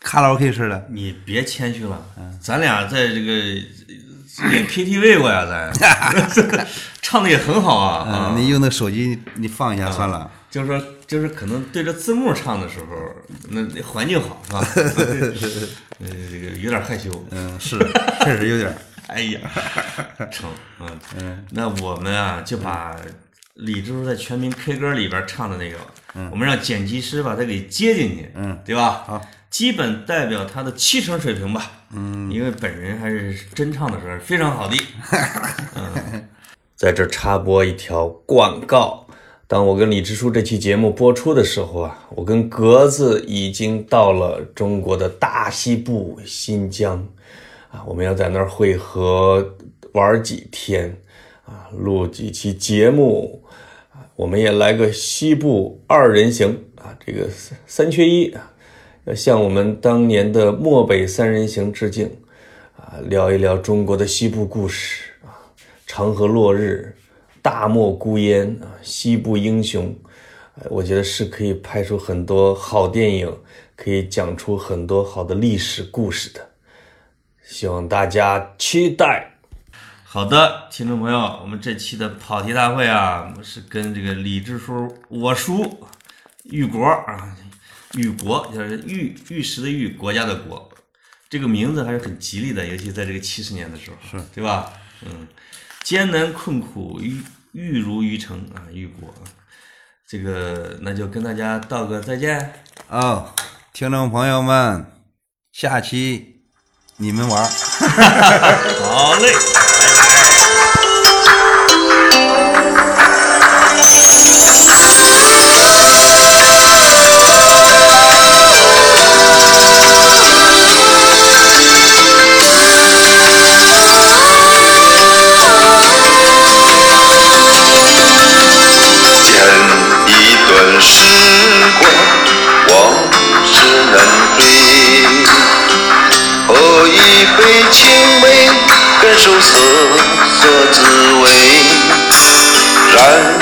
[SPEAKER 2] 卡拉 OK 似的。
[SPEAKER 1] 你别谦虚了，咱俩在这个呃也 KTV 过呀，咱 *laughs* 唱的也很好啊。啊
[SPEAKER 2] 嗯，你用那手机你放一下算了。
[SPEAKER 1] 就是说，就是可能对着字幕唱的时候，那那环境好是
[SPEAKER 2] *laughs*
[SPEAKER 1] 吧？呃，这个有点害羞。
[SPEAKER 2] 嗯，是，确实有点儿。
[SPEAKER 1] *laughs* 哎呀，成，嗯嗯，那我们啊就把李支书在《全民 K 歌》里边唱的那个，我们让剪辑师把它给接进去，嗯，对吧？
[SPEAKER 2] 好，
[SPEAKER 1] 基本代表他的七成水平吧，嗯，因为本人还是真唱的时候非常好 *laughs* 嗯的，在这儿插播一条广告。当我跟李支书这期节目播出的时候啊，我跟格子已经到了中国的大西部新疆啊，我们要在那儿会合玩几天啊，录几期节目啊，我们也来个西部二人行啊，这个三三缺一啊，要向我们当年的漠北三人行致敬啊，聊一聊中国的西部故事啊。长河落日、大漠孤烟啊，西部英雄，呃我觉得是可以拍出很多好电影，可以讲出很多好的历史故事的。希望大家期待。好的，听众朋友，我们这期的跑题大会啊，我是跟这个李支书、我叔、玉国啊，玉国就是玉玉石的玉，国家的国，这个名字还是很吉利的，尤其在这个七十年的时候，是对吧？嗯，艰难困苦遇玉如于成啊，玉果啊，这个那就跟大家道个再见。
[SPEAKER 2] 哦，听众朋友们，下期你们玩儿。
[SPEAKER 1] 好嘞。
[SPEAKER 3] 剪一段时光，往事难追。喝一杯青梅，感受瑟瑟滋味。然